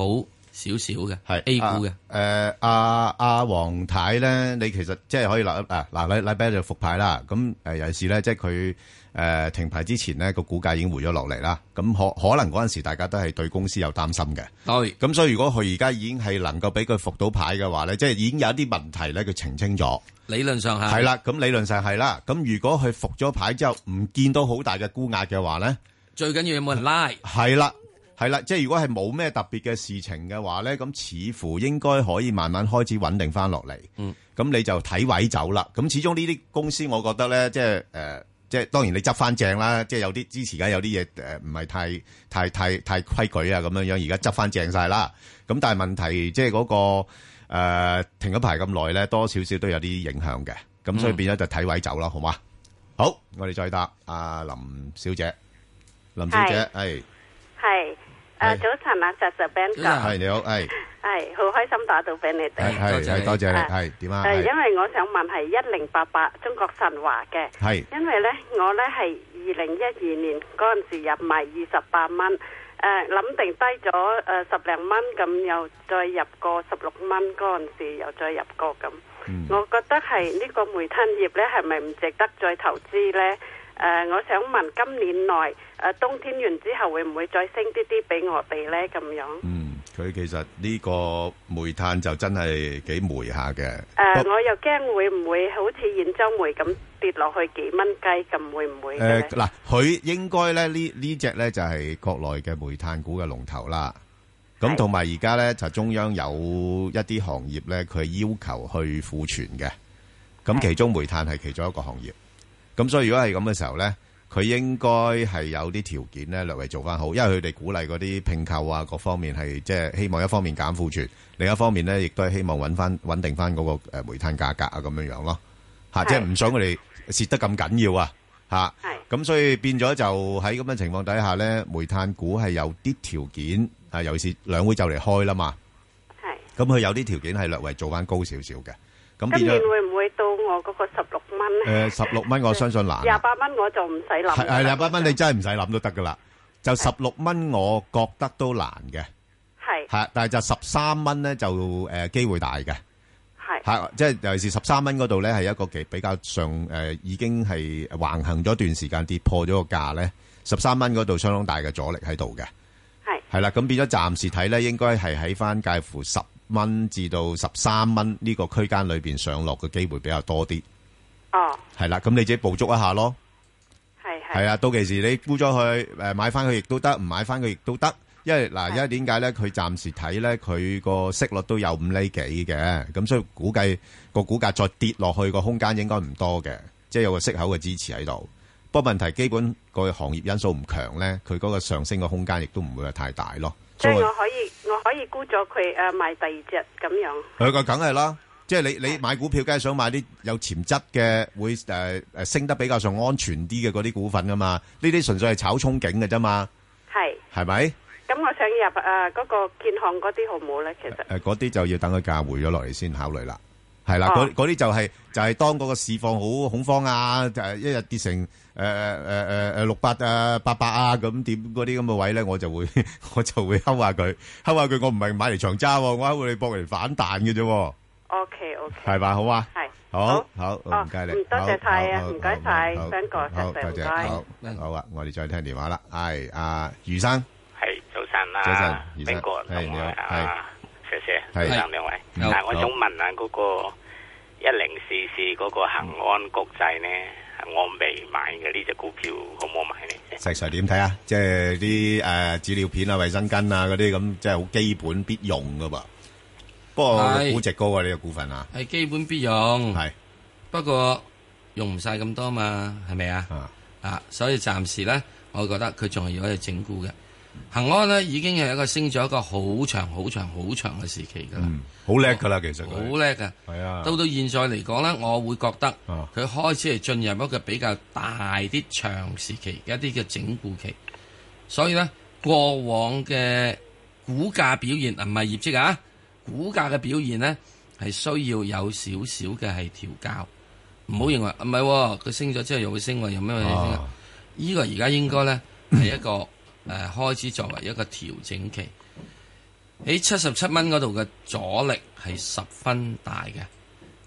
Speaker 4: 少少嘅，
Speaker 3: 啊係
Speaker 4: A 股嘅。
Speaker 3: 啊誒阿阿黃太咧，你其實即係可以嗱嗱嗱禮禮拜一就復牌啦。咁誒尤其是咧，即係佢誒停牌之前咧，個股價已經回咗落嚟啦。咁可可能嗰陣時大家都係對公司有擔心嘅。
Speaker 4: 對，
Speaker 3: 咁所以如果佢而家已經係能夠俾佢復到牌嘅話咧，即係已經有一啲問題咧，佢澄清咗。
Speaker 4: 理論上係
Speaker 3: 係啦，咁理論上係啦。咁如果佢復咗牌之後唔見到好大嘅沽壓嘅話咧，
Speaker 4: 最緊要有冇人拉。
Speaker 3: 係啦，係啦，即係如果係冇咩特別嘅事情嘅話咧，咁似乎應該可以慢慢開始穩定翻落嚟。
Speaker 4: 嗯，
Speaker 3: 咁你就睇位走啦。咁始終呢啲公司，我覺得咧，即係誒、呃即係當然你執翻正啦。即係有啲之前而家有啲嘢誒，唔係太太太太規矩啊咁樣樣，而家執翻正晒啦。咁但係問題即係嗰、個、呃、停咗牌咁耐咧，多少少都有啲影響嘅。咁所以變咗就睇位走啦，好嘛？好，我哋再答阿林小姐，林小姐，係。
Speaker 8: 系
Speaker 3: 係
Speaker 8: 诶，早晨啊，石石 Ben
Speaker 4: 早
Speaker 8: 哥，
Speaker 4: 晨
Speaker 3: 係你好，係
Speaker 8: 系好開心打到俾你
Speaker 3: 係係
Speaker 8: 哋。
Speaker 4: 多謝
Speaker 3: 係
Speaker 4: 你
Speaker 3: 多謝你，
Speaker 8: 啊
Speaker 3: 係點啊？
Speaker 8: 诶，
Speaker 3: 係
Speaker 8: 因為我想問係一零八八中國神話嘅，
Speaker 3: 係
Speaker 8: 因為呢，我呢係二零一二年嗰阵时入埋二十八蚊，诶諗定低咗诶十零蚊咁，又再入過十六蚊嗰阵时又再入過咁。
Speaker 3: 嗯
Speaker 8: 我覺得係呢個煤炭業呢，係咪唔值得再投資呢？誒、我想問今年內誒、冬天完之後會唔會再升啲啲俾我哋呢？咁樣誒、
Speaker 3: 嗯，佢其實呢個煤炭就真係幾煤下嘅。不
Speaker 8: 我又驚會唔會好似現州煤咁跌落去幾蚊雞咁，會唔會嘅
Speaker 3: 誒
Speaker 8: 呢
Speaker 3: 嗱，佢應該咧呢呢只咧就係國內嘅煤炭股嘅龍頭啦。咁
Speaker 8: 係
Speaker 3: 同埋而家咧就中央有一啲行業咧，佢要求去庫存嘅。咁其中煤炭係其中一個行業。咁所以如果係咁嘅時候咧，佢應該係有啲條件咧略為做翻好，因為佢哋鼓勵嗰啲拼購啊，各方面係即係希望一方面減庫存，另一方面咧亦都係希望揾翻穩定翻嗰個誒煤炭價格啊咁樣樣咯。嚇，
Speaker 8: 係
Speaker 3: 即係唔想佢哋蝕得咁緊要啊！嚇，
Speaker 8: 係
Speaker 3: 咁所以變咗就喺咁嘅情況底下咧，煤炭股係有啲條件啊，尤其是兩會就嚟開啦嘛，
Speaker 8: 係
Speaker 3: 咁佢有啲條件係略為做翻高少少嘅，咁
Speaker 8: 今
Speaker 3: 變
Speaker 8: 年
Speaker 3: 咗
Speaker 8: 會唔會到我嗰個十六蚊
Speaker 3: 誒
Speaker 8: 呢？
Speaker 3: 十六 蚊，我相信難啊。
Speaker 9: Dạ,
Speaker 8: 廿八蚊我就唔使諗啦。
Speaker 3: 係係廿八蚊，你真係唔使諗都得噶啦。就十六蚊，我覺得都難嘅，
Speaker 8: 係
Speaker 3: 係，但係就十三蚊咧就誒機會大嘅。
Speaker 8: 係
Speaker 3: 係即係尤其是十三蚊嗰度咧，係一個幾比較上誒、呃已經係橫行咗段時間，跌破咗個價咧。十三蚊嗰度相當大嘅阻力喺度嘅，
Speaker 8: 係
Speaker 3: 係啦。咁變咗暫時睇咧，應該係喺翻介乎十蚊至到十三蚊呢個區間裏邊上落嘅機會比較多啲，
Speaker 9: Ờ,
Speaker 8: 哦
Speaker 3: 係啦。咁你自己捕捉一下咯，
Speaker 8: 係係
Speaker 3: 係啊。到期時你沽咗佢，誒買翻佢亦都得，唔買翻佢亦都得。因為嗱，因為點解咧？佢暫時睇咧，佢個息率都有五厘幾嘅，咁所以估計個股價再跌落去個空間應該唔多嘅，即係有個息口嘅支持喺度。不過問題基本個行業因素唔強咧，佢嗰個上升嘅空間亦都唔會話太大咯。
Speaker 8: 即係
Speaker 3: 所謂
Speaker 8: 我可以我可以沽咗佢
Speaker 9: à,
Speaker 8: 诶買第二隻咁樣。
Speaker 3: 佢個梗係啦，即係你-你買股票梗係想買啲有潛質嘅，會，誒，誒，升得比較上安全啲嘅嗰啲股份㗎嘛，呢啲純粹係炒憧憬嘅啫嘛，係咪？誒，嗰啲就要-
Speaker 8: 係，咁我想
Speaker 9: dạ, à,
Speaker 8: 入诶嗰個建行嗰啲好唔好咧？
Speaker 3: Ờ,
Speaker 8: 其實
Speaker 3: 呃等佢價回咗落嚟先考慮啦。係啦，
Speaker 8: 哦。
Speaker 3: 嗰-嗰啲就係-啊就係當嗰個市況好恐慌啊，就係一日跌成，誒，誒，誒，誒，600啊、800啊，咁點-嗰啲咁嘅位呢，我就會- 我就會睺下佢，睺下佢，我唔係買嚟長揸喎，我睺佢博嚟反彈嘅啫喎，係嘛，好嘛？
Speaker 8: O K O K，係
Speaker 3: 啊好，好，
Speaker 8: 哦
Speaker 3: 唔該你。
Speaker 8: 唔多
Speaker 3: 好，
Speaker 8: 謝晒啊，
Speaker 3: 好，
Speaker 8: 唔該
Speaker 3: 好，
Speaker 8: 晒，
Speaker 3: 好，
Speaker 8: Ben 哥，
Speaker 3: 好，
Speaker 8: 石
Speaker 3: 多
Speaker 8: Sir，
Speaker 3: 謝，
Speaker 8: 唔該。
Speaker 3: 好，好啊，我哋再聽電話啦。係，啊，余生，
Speaker 10: 系早晨啊，
Speaker 3: 早晨余生
Speaker 10: 邊個
Speaker 3: 係你好
Speaker 10: 啊，謝謝
Speaker 3: 係
Speaker 10: 三兩位。
Speaker 3: 嗯
Speaker 10: 嗱，我
Speaker 3: 好
Speaker 10: 想問下嗰個一零四四嗰個恒安國際咧，我未買嘅呢只股票，好唔好買咧？
Speaker 3: 石Sir點睇啊？即係啲，誒，紙尿片啊、衛生巾啊嗰啲咁，即係好基本必用㗎噃。不過
Speaker 4: 係。嗯
Speaker 3: 估值高啊，呢個股份啊。係，
Speaker 4: 係基本必用，不過用唔晒咁多嘛，係咪啊？啊，所以暫時咧，我覺得佢仲係要喺度整固嘅。恒安咧已經係一個升咗一個好長、好長、好長嘅時期㗎啦，
Speaker 3: 啊，嗯，好叻㗎啦，其實佢。
Speaker 4: 好叻㗎。
Speaker 3: 嗯係啊，
Speaker 4: 到到現在嚟講咧，我會覺得
Speaker 3: 啊
Speaker 4: 佢開始係進入一個比較大啲長時期一啲嘅整固期，所以咧過往嘅股價表現啊，唔係業績啊，股價嘅表現咧係需要有少少嘅係調校，唔好認為啊唔係喎，佢升咗之後又會升喎，有咩嘢升啊？呢個而家應該咧係一個誒、呃、開始作為一個調整期，喺七十七蚊嗰度嘅阻力係十分大嘅。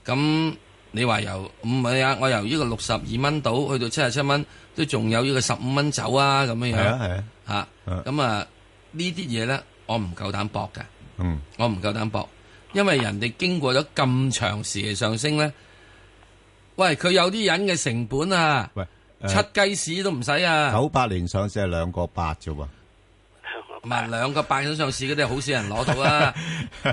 Speaker 4: 咁你話由唔係啊？我由呢個六十二蚊到去到七十七蚊，都仲有呢個十五蚊走啊咁樣樣
Speaker 3: 係啊，係啊，嗯，
Speaker 4: 嚇。咁啊呢啲嘢咧，我唔夠膽搏嘅，
Speaker 3: 嗯
Speaker 4: 我唔夠膽搏，因為人哋經過咗咁長時嘅上升咧，喂佢有啲人嘅成本啊！
Speaker 3: 喂，誒，
Speaker 4: 七雞屎都唔使啊！
Speaker 3: 98年上市係2.8啫喎。
Speaker 4: 唔係兩個八想上市嗰啲，好少人攞到 啊！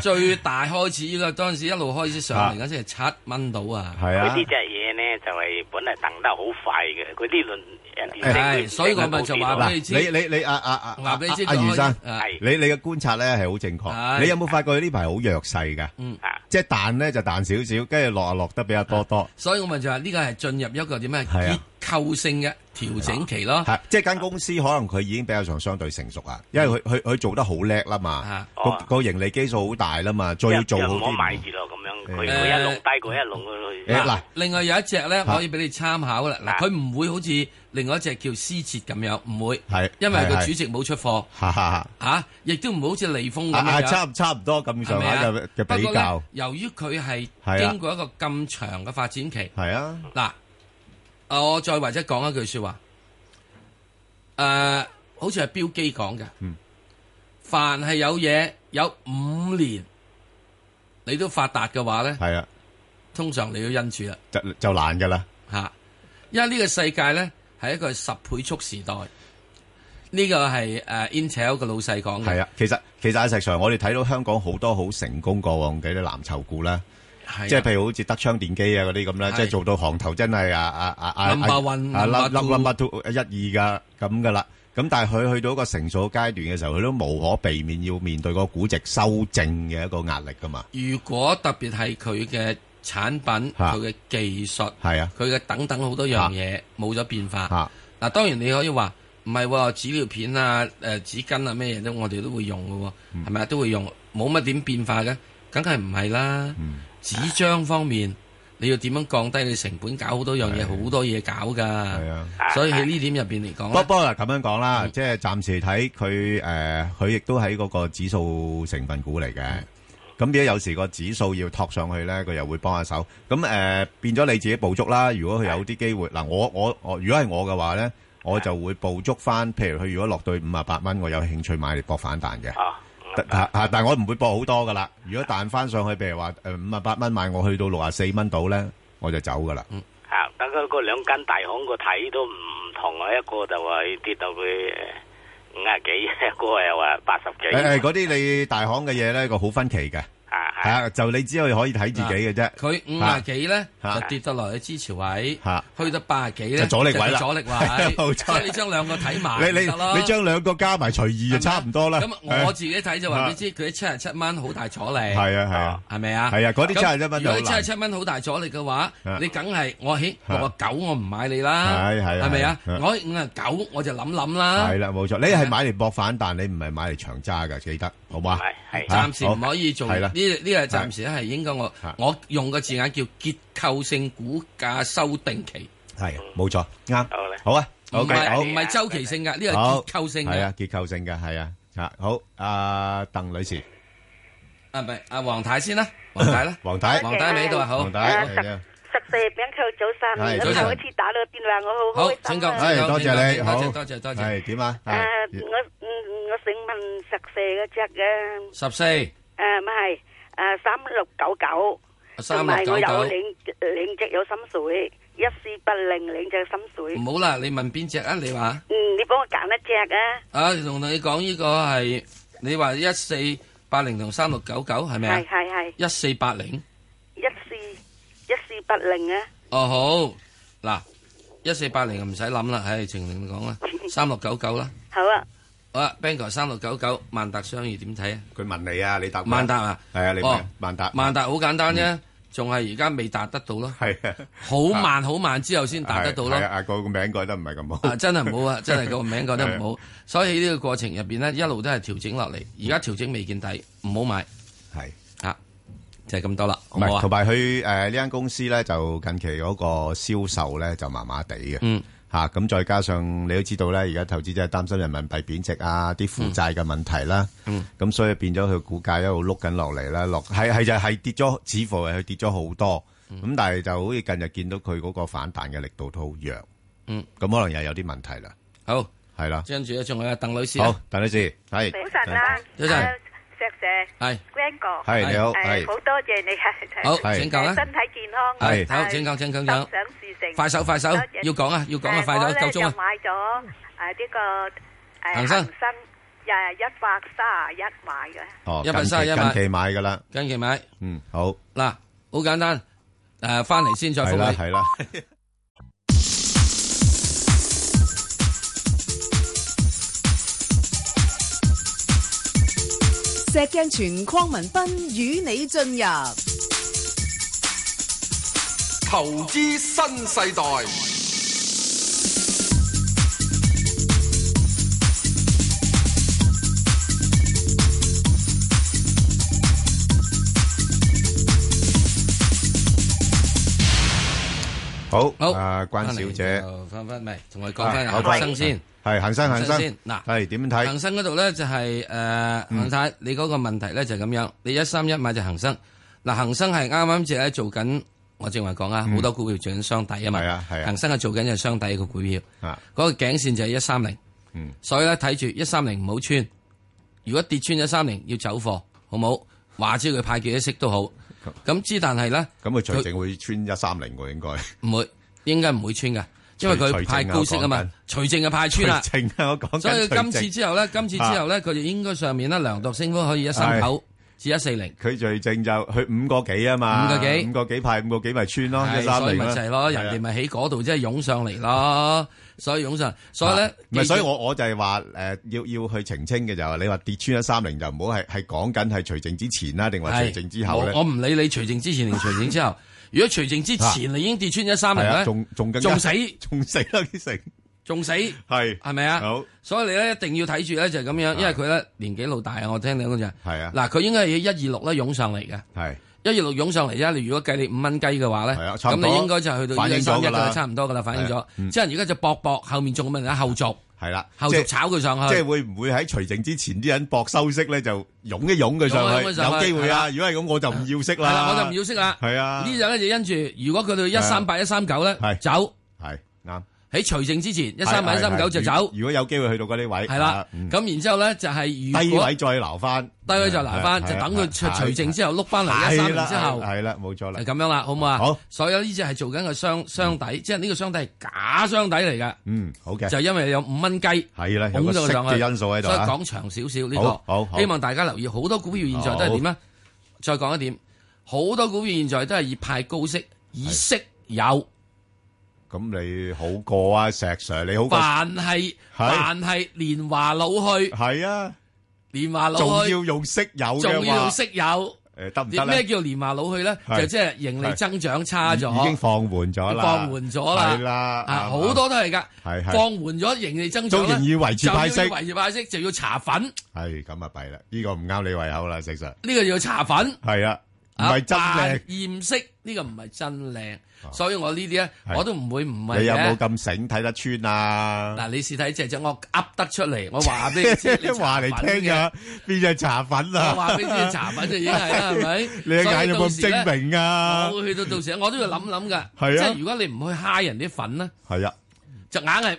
Speaker 4: 最大開始呢個當時一路開始上嚟嗰陣時係七蚊到啊！
Speaker 3: 啊係啊。
Speaker 10: 佢呢只嘢咧就係本嚟等得好快嘅，佢呢輪人哋
Speaker 4: 係
Speaker 10: 升
Speaker 4: 所以我咪就話
Speaker 3: 嗱，
Speaker 4: 俾你知，
Speaker 3: 你-你-你-啊-啊-啊-
Speaker 4: 話俾你知
Speaker 3: 啊-啊，
Speaker 4: 佢
Speaker 3: 余
Speaker 4: 開
Speaker 3: 生，
Speaker 4: 啊
Speaker 10: 係
Speaker 3: 你-你嘅觀察呢係好正確。
Speaker 4: 係。
Speaker 3: 你有冇發覺呢排好弱勢㗎？
Speaker 4: 嗯
Speaker 10: 啊
Speaker 3: 即係彈呢就彈少少，跟住落啊落得比較多多。
Speaker 4: 所以我咪就話呢個係進入一個點咩
Speaker 3: 係
Speaker 4: 結
Speaker 3: 啊
Speaker 4: 構性嘅調整期咯。
Speaker 3: 係，即係間公司可能佢已經比較上相對成熟啦，因為佢-佢-佢做得好叻啦嘛，
Speaker 4: 啊。
Speaker 3: 個-
Speaker 10: 哦。
Speaker 3: 個盈利基數好大啦嘛，再
Speaker 10: 就
Speaker 3: 做好啲
Speaker 10: 唔好
Speaker 3: 唔-
Speaker 10: 買住咯，咁樣佢
Speaker 4: 誒
Speaker 10: 佢一路低過一路去。
Speaker 3: 誒嗱
Speaker 4: 另外有一隻咧，
Speaker 3: 啊
Speaker 4: 可以俾你參考啦。
Speaker 10: 啊
Speaker 4: 嗱，佢唔會好似另外一隻叫獅節咁樣，唔會，
Speaker 3: 係
Speaker 4: 因為
Speaker 3: 係
Speaker 4: 個
Speaker 3: 係
Speaker 4: 主席冇出貨
Speaker 3: 哈哈哈。
Speaker 4: 啊，亦都唔會好似利豐咁
Speaker 3: 啊，
Speaker 4: 樣樣。
Speaker 3: 差唔-差唔多咁上下嘅-
Speaker 4: 係咪啊？
Speaker 3: 嘅
Speaker 4: 不
Speaker 3: 比
Speaker 4: 過呢，
Speaker 3: 較。
Speaker 4: 由於佢係
Speaker 3: 係啊。
Speaker 4: 經過一個咁長嘅發展期，
Speaker 3: 係啊，
Speaker 4: 嗱，我再或者講一句說話，誒，好似係標基講嘅，
Speaker 3: 嗯。
Speaker 4: 凡係有嘢有五年你都發達嘅話呢，通常你要因住啦，嚇。因為呢個世界呢，係一個十倍速時代，
Speaker 3: 係啊，就-就難㗎啦。
Speaker 4: 呢個係，誒，Intel嘅老細講嘅，
Speaker 3: 係啊，其實-其實阿石Sir，我哋睇到香港好多好成功過往嘅啲藍籌股啦，
Speaker 4: 係啊。
Speaker 3: 即係譬如好似德昌電機啊嗰啲咁啦，
Speaker 4: 係。
Speaker 3: 即係做到行頭真係啊，啊，啊，啊，
Speaker 4: Number one，
Speaker 3: 啊，
Speaker 4: number
Speaker 3: number-
Speaker 4: two。
Speaker 3: number two，一、二㗎，咁㗎啦。咁但係佢去到一個成熟階段嘅時候，佢都無可避免要面對個估值修正嘅一個壓力㗎嘛。係啊，係啊，係啊，係啊，係啊，係啊，係啊，係
Speaker 4: 如果特別係佢嘅產品、
Speaker 3: 啊，係啊，係啊，係啊，係啊，係啊，嚇
Speaker 4: 佢嘅技術、
Speaker 3: 啊
Speaker 4: 佢嘅等等好多樣嘢冇咗變化。嗱，當然你可以話唔係喎，紙尿片啊、誒、紙巾啊咩嘢都我哋都會用嘅喎，
Speaker 3: 嗯
Speaker 4: 係咪啊？都會用，冇乜點變化嘅，梗係唔係啦？
Speaker 3: 嗯
Speaker 4: 紙張方面，你要點樣降低你成本？搞好多樣嘢，
Speaker 3: 係啊
Speaker 4: 好多嘢搞㗎。所以喺呢點入邊嚟講
Speaker 3: 不
Speaker 4: 呢，
Speaker 3: 不過嗱，咁樣講啦，
Speaker 4: 嗯
Speaker 3: 即係暫時睇佢誒，佢亦都喺嗰個指數成分股嚟嘅。
Speaker 4: 嗯
Speaker 3: 咁變咗有時個指數要托上去咧，佢又會幫下手。咁誒、呃、變咗你自己捕捉啦。如果佢有啲機會，嗱我我我，如果係我嘅話咧，我就會捕捉翻。譬如佢如果落到五啊八蚊，我有興趣買嚟搏反彈嘅。
Speaker 10: 啊，
Speaker 3: 但但但但我唔會搏好多噶啦。如果彈翻上去，譬如話誒五啊八蚊買，我去到六啊四蚊到咧，我就走噶啦。
Speaker 10: 啊！等佢嗰兩間大行個睇都唔同啊，一個就話跌到佢五啊幾，一個又話八十幾。
Speaker 3: 誒誒，嗰啲你大行嘅嘢咧，個好分歧嘅。
Speaker 10: 啊，係。
Speaker 3: 啊，就你只可以可以睇自己嘅啫。
Speaker 4: 佢五啊幾咧就跌到落去支持位，去到八啊幾咧
Speaker 3: 就阻力位啦
Speaker 4: 就叫阻力
Speaker 3: 冇
Speaker 4: 位，即
Speaker 3: 錯
Speaker 4: 係你將兩個睇埋
Speaker 3: 你你
Speaker 4: 咪得咯
Speaker 3: 你將兩個加埋除二就差唔多啦。
Speaker 4: 咁我自己睇就話俾你知，佢七十七蚊好大阻力。
Speaker 3: 係啊係啊，
Speaker 4: 係咪啊？
Speaker 3: 係啊，嗰
Speaker 4: 咁
Speaker 3: 啲七十一蚊
Speaker 4: 如
Speaker 3: 就
Speaker 4: 果
Speaker 3: 好
Speaker 4: 你七十
Speaker 3: 難。
Speaker 4: 七蚊好大阻力嘅話，
Speaker 3: 啊
Speaker 4: 你梗係我起六
Speaker 3: 啊
Speaker 4: 啊九，我唔買你啦。
Speaker 3: 係係係
Speaker 4: 係咪啊？
Speaker 3: 啊
Speaker 4: 我起五啊九，我就諗諗啦。
Speaker 3: 係啦，冇錯，你係買嚟搏反彈，你唔係買嚟長揸㗎，記得好嘛？
Speaker 10: 係
Speaker 3: 嚇
Speaker 4: 暫時唔可以做
Speaker 3: 係
Speaker 4: 呢
Speaker 3: 啦
Speaker 4: 呢個暫時係應該我我用個字眼叫結構性股價修訂期，
Speaker 3: 係冇錯，啱。
Speaker 10: 好咧，
Speaker 3: 好啊，
Speaker 4: 唔
Speaker 3: OK，
Speaker 4: 係
Speaker 3: 好
Speaker 4: 唔係周期性嘅，呢個
Speaker 3: 好
Speaker 4: 係結構性
Speaker 3: 係
Speaker 4: 嘅
Speaker 3: 啊，。結構性嘅係啊，嚇好，阿鄧女士，，
Speaker 4: 啊唔係，阿黃太先啦，黃太啦
Speaker 3: 黃太，
Speaker 4: 黃太喺度啊，好
Speaker 3: 黃。太，
Speaker 9: 誒
Speaker 3: 係啊
Speaker 9: 十四餅扣早晨，
Speaker 3: 係
Speaker 9: 咁
Speaker 3: 早晨
Speaker 9: 頭一次打到電話，我好
Speaker 4: 好
Speaker 9: 開
Speaker 4: 請
Speaker 9: 心
Speaker 4: 講
Speaker 9: 啊！
Speaker 3: 係多謝你，
Speaker 4: 多謝
Speaker 3: 好，
Speaker 4: 多謝多謝
Speaker 3: 係點啊？係
Speaker 9: 誒，我嗯我想問十四嗰只嘅，
Speaker 4: 十四
Speaker 9: 誒唔係誒三六九九，
Speaker 4: 三
Speaker 9: 同
Speaker 4: 六
Speaker 9: 埋
Speaker 4: 九
Speaker 9: 我有
Speaker 4: 九。
Speaker 9: 兩兩隻有心水，一四八零兩隻心水。
Speaker 4: 唔好啦，你問邊只啊？你話
Speaker 9: 嗯，你幫我揀一隻啊？
Speaker 4: 啊，同你講呢個係你話一四八零同三六九九係咪啊
Speaker 9: 係？係係
Speaker 4: 一四八零
Speaker 9: 一四一四八零啊？
Speaker 4: 哦好嗱，一四八零唔使諗啦，唉，情 玲講啦，三六九九啦，
Speaker 9: 好啊，
Speaker 4: 好啊 b a n g o r 三六九九，萬達商業點睇啊？
Speaker 3: 佢問你啊，你答佢啊
Speaker 4: 萬達啊，
Speaker 3: 係啊，你
Speaker 4: 哦
Speaker 3: 問萬達，
Speaker 4: 萬達好簡單啫，仲係而家未達得到咯，
Speaker 3: 係啊，
Speaker 4: 好慢好慢之後先達得到咯
Speaker 3: 係。啊，個名改得唔係咁好
Speaker 4: 啊，。真係唔好啊！真係個名覺得唔
Speaker 3: 啊
Speaker 4: 好，所以喺呢個過程入邊呢，一路都係調整落嚟，而家調整未見底，唔好買
Speaker 3: 係
Speaker 4: 啊，就係咁多啦，好唔
Speaker 3: 唔
Speaker 4: 好
Speaker 3: 係，
Speaker 4: 啊
Speaker 3: 同？埋佢誒呢間公司咧，就近期嗰個銷售咧就麻麻地嘅，
Speaker 4: 嗯
Speaker 3: 嚇咁、再加上你都知道咧，而家投資者擔心人民幣貶值啊，啲負債嘅問題啦，咁、
Speaker 4: 嗯
Speaker 3: 所以變咗佢股價一路碌緊落嚟啦，落係係就係跌咗，似乎係佢跌咗好多，
Speaker 4: 嗯
Speaker 3: 咁、但係就好似近日見到佢嗰個反彈嘅力度都好弱，
Speaker 4: 嗯，
Speaker 3: 咁可能又有啲問題啦，
Speaker 4: 好，
Speaker 3: 係啦，
Speaker 4: 跟住咧仲有阿鄧女士啊，
Speaker 3: 好，鄧女士，係，
Speaker 9: 早晨啦，
Speaker 4: 早晨
Speaker 9: 啊，石 Sir
Speaker 4: 係
Speaker 9: Grand 哥，
Speaker 3: 係你好，係
Speaker 9: 誒好多謝你啊，
Speaker 4: 好，
Speaker 3: 係
Speaker 4: 請講啦，
Speaker 9: 身體健康，
Speaker 4: 係
Speaker 3: 係
Speaker 4: 好，請講，請講，請
Speaker 9: 心
Speaker 4: 講，
Speaker 9: 想事成，
Speaker 4: 快手，快手
Speaker 9: 多謝，
Speaker 4: 要講啊，要
Speaker 9: À,
Speaker 4: 講啊，快手，夠鐘
Speaker 9: 我咧就
Speaker 4: 啊，
Speaker 9: 買咗誒呢個誒
Speaker 4: 恒生
Speaker 9: 生誒一百三十一買嘅，
Speaker 3: 哦，
Speaker 4: 一百三十一
Speaker 3: 近期
Speaker 4: 買
Speaker 3: 近期買㗎啦，
Speaker 4: 跟住買
Speaker 3: 嗯，好，
Speaker 4: 嗱，好簡單，誒，翻嚟先再
Speaker 3: 係
Speaker 4: 覆
Speaker 3: 啦，
Speaker 4: 你。
Speaker 3: 係啦。
Speaker 1: 石鏡泉匡文斌與你進入
Speaker 2: 投資新世代，
Speaker 3: 好，
Speaker 4: 好，
Speaker 3: 啊，關小
Speaker 4: 翻
Speaker 3: 姐，
Speaker 4: 嚟就翻翻咪同佢講翻
Speaker 3: 啊，
Speaker 4: 恒生先。
Speaker 3: 係，恒生，
Speaker 4: 恒生
Speaker 3: 恒生，
Speaker 4: 先，嗱。
Speaker 3: 係，點樣睇？嗯
Speaker 4: 恒生嗰度咧就係誒恒太，你嗰個問題咧就係咁樣，你一三一買就恒生，嗱恒生係啱啱只係做緊，我正話講啊，好多股票做緊雙底啊嘛，
Speaker 3: 嗯係啊係啊
Speaker 4: 恒生係做緊隻雙底嘅股票，嗰個頸線就係一三零
Speaker 3: 嗯，
Speaker 4: 所以咧睇住一三零唔好穿，如果跌穿一三零要走貨，好冇？話知佢派幾多息都好，咁之但係咧
Speaker 3: 啊，咁佢除淨會穿130喎，應該。
Speaker 4: 唔會，應該唔會穿噶，因為
Speaker 3: 除除
Speaker 4: 佢
Speaker 3: 淨
Speaker 4: 派
Speaker 3: 啊
Speaker 4: 高息啊
Speaker 3: 我講
Speaker 4: 嘛
Speaker 3: 緊，
Speaker 4: 除淨就派 穿啦。
Speaker 3: 除淨啊，我講緊
Speaker 4: 所以今
Speaker 3: 除淨。
Speaker 4: 次之後咧，今次之後咧，佢就應該上面咧量度升幅可以一三九至一四零，
Speaker 3: 佢除淨就去5個幾啊嘛，
Speaker 4: 5.幾
Speaker 3: 5.幾派，5.幾咪穿咯，
Speaker 4: 係
Speaker 3: 130
Speaker 4: 所以咪
Speaker 3: 啦。
Speaker 4: 就係咯，
Speaker 3: 係啊。
Speaker 4: 人哋咪喺嗰度即係湧上嚟咯，所以湧上，所以咧，
Speaker 3: 唔係，
Speaker 4: 記住
Speaker 3: 所以我-我就係話，誒，要-要去澄清嘅就係話，你話跌穿130就唔好係-
Speaker 4: 係
Speaker 3: 係講緊係除淨之前啦，定話除淨之後咧？
Speaker 4: 我我唔理你除淨之前定除淨之後， 如果除淨之前你已經跌穿一三零咧，
Speaker 3: 係啊，仲- 仲更加-
Speaker 4: 仲死
Speaker 3: 仲死啦，啲成。係。
Speaker 4: 仲死係咪啊？所以你咧一定要睇住咧就係咁樣，因為佢咧年紀老大啊，我聽你講就係
Speaker 3: 好，係啊，
Speaker 4: 嗱，佢應該係一二六咧湧上嚟嘅。
Speaker 3: 係。
Speaker 4: 一月六湧上嚟啫，你如果計你五蚊雞嘅話咧，
Speaker 3: 係啊
Speaker 4: 咁
Speaker 3: 差唔多
Speaker 4: 你應該就係去到
Speaker 3: 反映
Speaker 4: 一
Speaker 3: 咗
Speaker 4: 三一
Speaker 3: 㗎啦
Speaker 4: 差唔多噶啦，反映
Speaker 3: 係
Speaker 4: 咗
Speaker 3: 啊。嗯
Speaker 4: 即係而家就搏搏，後面仲有問題後續，
Speaker 3: 系啦，
Speaker 4: 後
Speaker 3: 即
Speaker 4: 續
Speaker 3: 係
Speaker 4: 炒佢上
Speaker 3: 即
Speaker 4: 去
Speaker 3: 係。會唔會喺除淨之前啲人搏收息咧，就湧一湧佢上
Speaker 4: 湧一湧佢
Speaker 3: 去，
Speaker 4: 上
Speaker 3: 有
Speaker 4: 去
Speaker 3: 機會啊！如果係咁，我就唔要息
Speaker 4: 係
Speaker 3: 啦。
Speaker 4: 啦，我就唔要息啦。
Speaker 3: 係啊
Speaker 4: 呢隻咧就因住，如果佢到一三八、一三九咧，
Speaker 3: 係
Speaker 4: 走
Speaker 3: 要，係啱。
Speaker 4: 喺除證之前，一三八、一三九就
Speaker 3: 係
Speaker 4: 走
Speaker 3: 係。如果有機會去到嗰啲位，
Speaker 4: 係啦，
Speaker 3: 嗯
Speaker 4: 咁然之後咧就係如
Speaker 3: 低
Speaker 4: 果
Speaker 3: 位再留翻，
Speaker 4: 低位就留翻，
Speaker 3: 係
Speaker 4: 就
Speaker 3: 啊
Speaker 4: 等佢除
Speaker 3: 係啊
Speaker 4: 除證之後碌翻嚟一三
Speaker 3: 係
Speaker 4: 零
Speaker 3: 啦，
Speaker 4: 之後。
Speaker 3: 係啦，冇錯啦
Speaker 4: 系。咁樣啦，好唔好啊？
Speaker 3: 好，
Speaker 4: 所以呢只係做緊個雙雙底，即係呢個雙底係假雙底嚟嘅，
Speaker 3: 嗯，好嘅，
Speaker 4: 就因為有五蚊雞。
Speaker 3: 係啦，有
Speaker 4: 拱
Speaker 3: 個
Speaker 4: 咗
Speaker 3: 息
Speaker 4: 上去
Speaker 3: 嘅因素喺度
Speaker 4: 所以
Speaker 3: 啊。
Speaker 4: 講長少少呢
Speaker 3: 好好
Speaker 4: 個，
Speaker 3: 好
Speaker 4: 希望大家留意好多股票現在都係點咧？啊再講一點，好多股票現在都係以派高息，以息有。
Speaker 3: 咁你好過啊，石Sir，你好過-
Speaker 4: 凡係
Speaker 3: 係
Speaker 4: 凡係年華老去，
Speaker 3: 係啊，
Speaker 4: 年華老去，
Speaker 3: 仲要用息友嘅話，
Speaker 4: 仲要息有。
Speaker 3: 誒，得唔得咧？
Speaker 4: 咩叫年華老去咧？
Speaker 3: 係
Speaker 4: 就即係盈利增長差咗，
Speaker 3: 已經放緩咗啦。
Speaker 4: 放緩咗啦，
Speaker 3: 係啦，
Speaker 4: 啊
Speaker 3: 啱，
Speaker 4: 好多都係㗎，
Speaker 3: 係係
Speaker 4: 放緩咗盈利增長呢
Speaker 3: 都仍然維持派息
Speaker 4: 就要維持派息就要搽粉，呢
Speaker 3: 啱。係，咁啊弊啦，呢個唔啱你胃口啦，石Sir。
Speaker 4: 個要搽粉，啊
Speaker 3: 係啊，唔係真
Speaker 4: 扮
Speaker 3: 靚，
Speaker 4: 驗色呢個唔係真靚，所以我呢啲咧
Speaker 3: 係
Speaker 4: 我都唔會唔係嘅。
Speaker 3: 你有冇咁醒睇得穿啊？
Speaker 4: 嗱，你試睇隻隻我噏得出嚟，我話俾你 知，你搽粉嘅
Speaker 3: 話嚟聽㗎，
Speaker 4: 我
Speaker 3: 邊隻茶粉啊？
Speaker 4: 話俾你 知，茶粉就已經係啦，係咪？
Speaker 3: 你嘅
Speaker 4: 所以
Speaker 3: 眼有冇
Speaker 4: 到時呢
Speaker 3: 咁精明啊
Speaker 4: 我會去到到時，我都要諗諗㗎。
Speaker 3: 係啊
Speaker 4: 即係如果你唔去蝦人啲粉咧，就硬係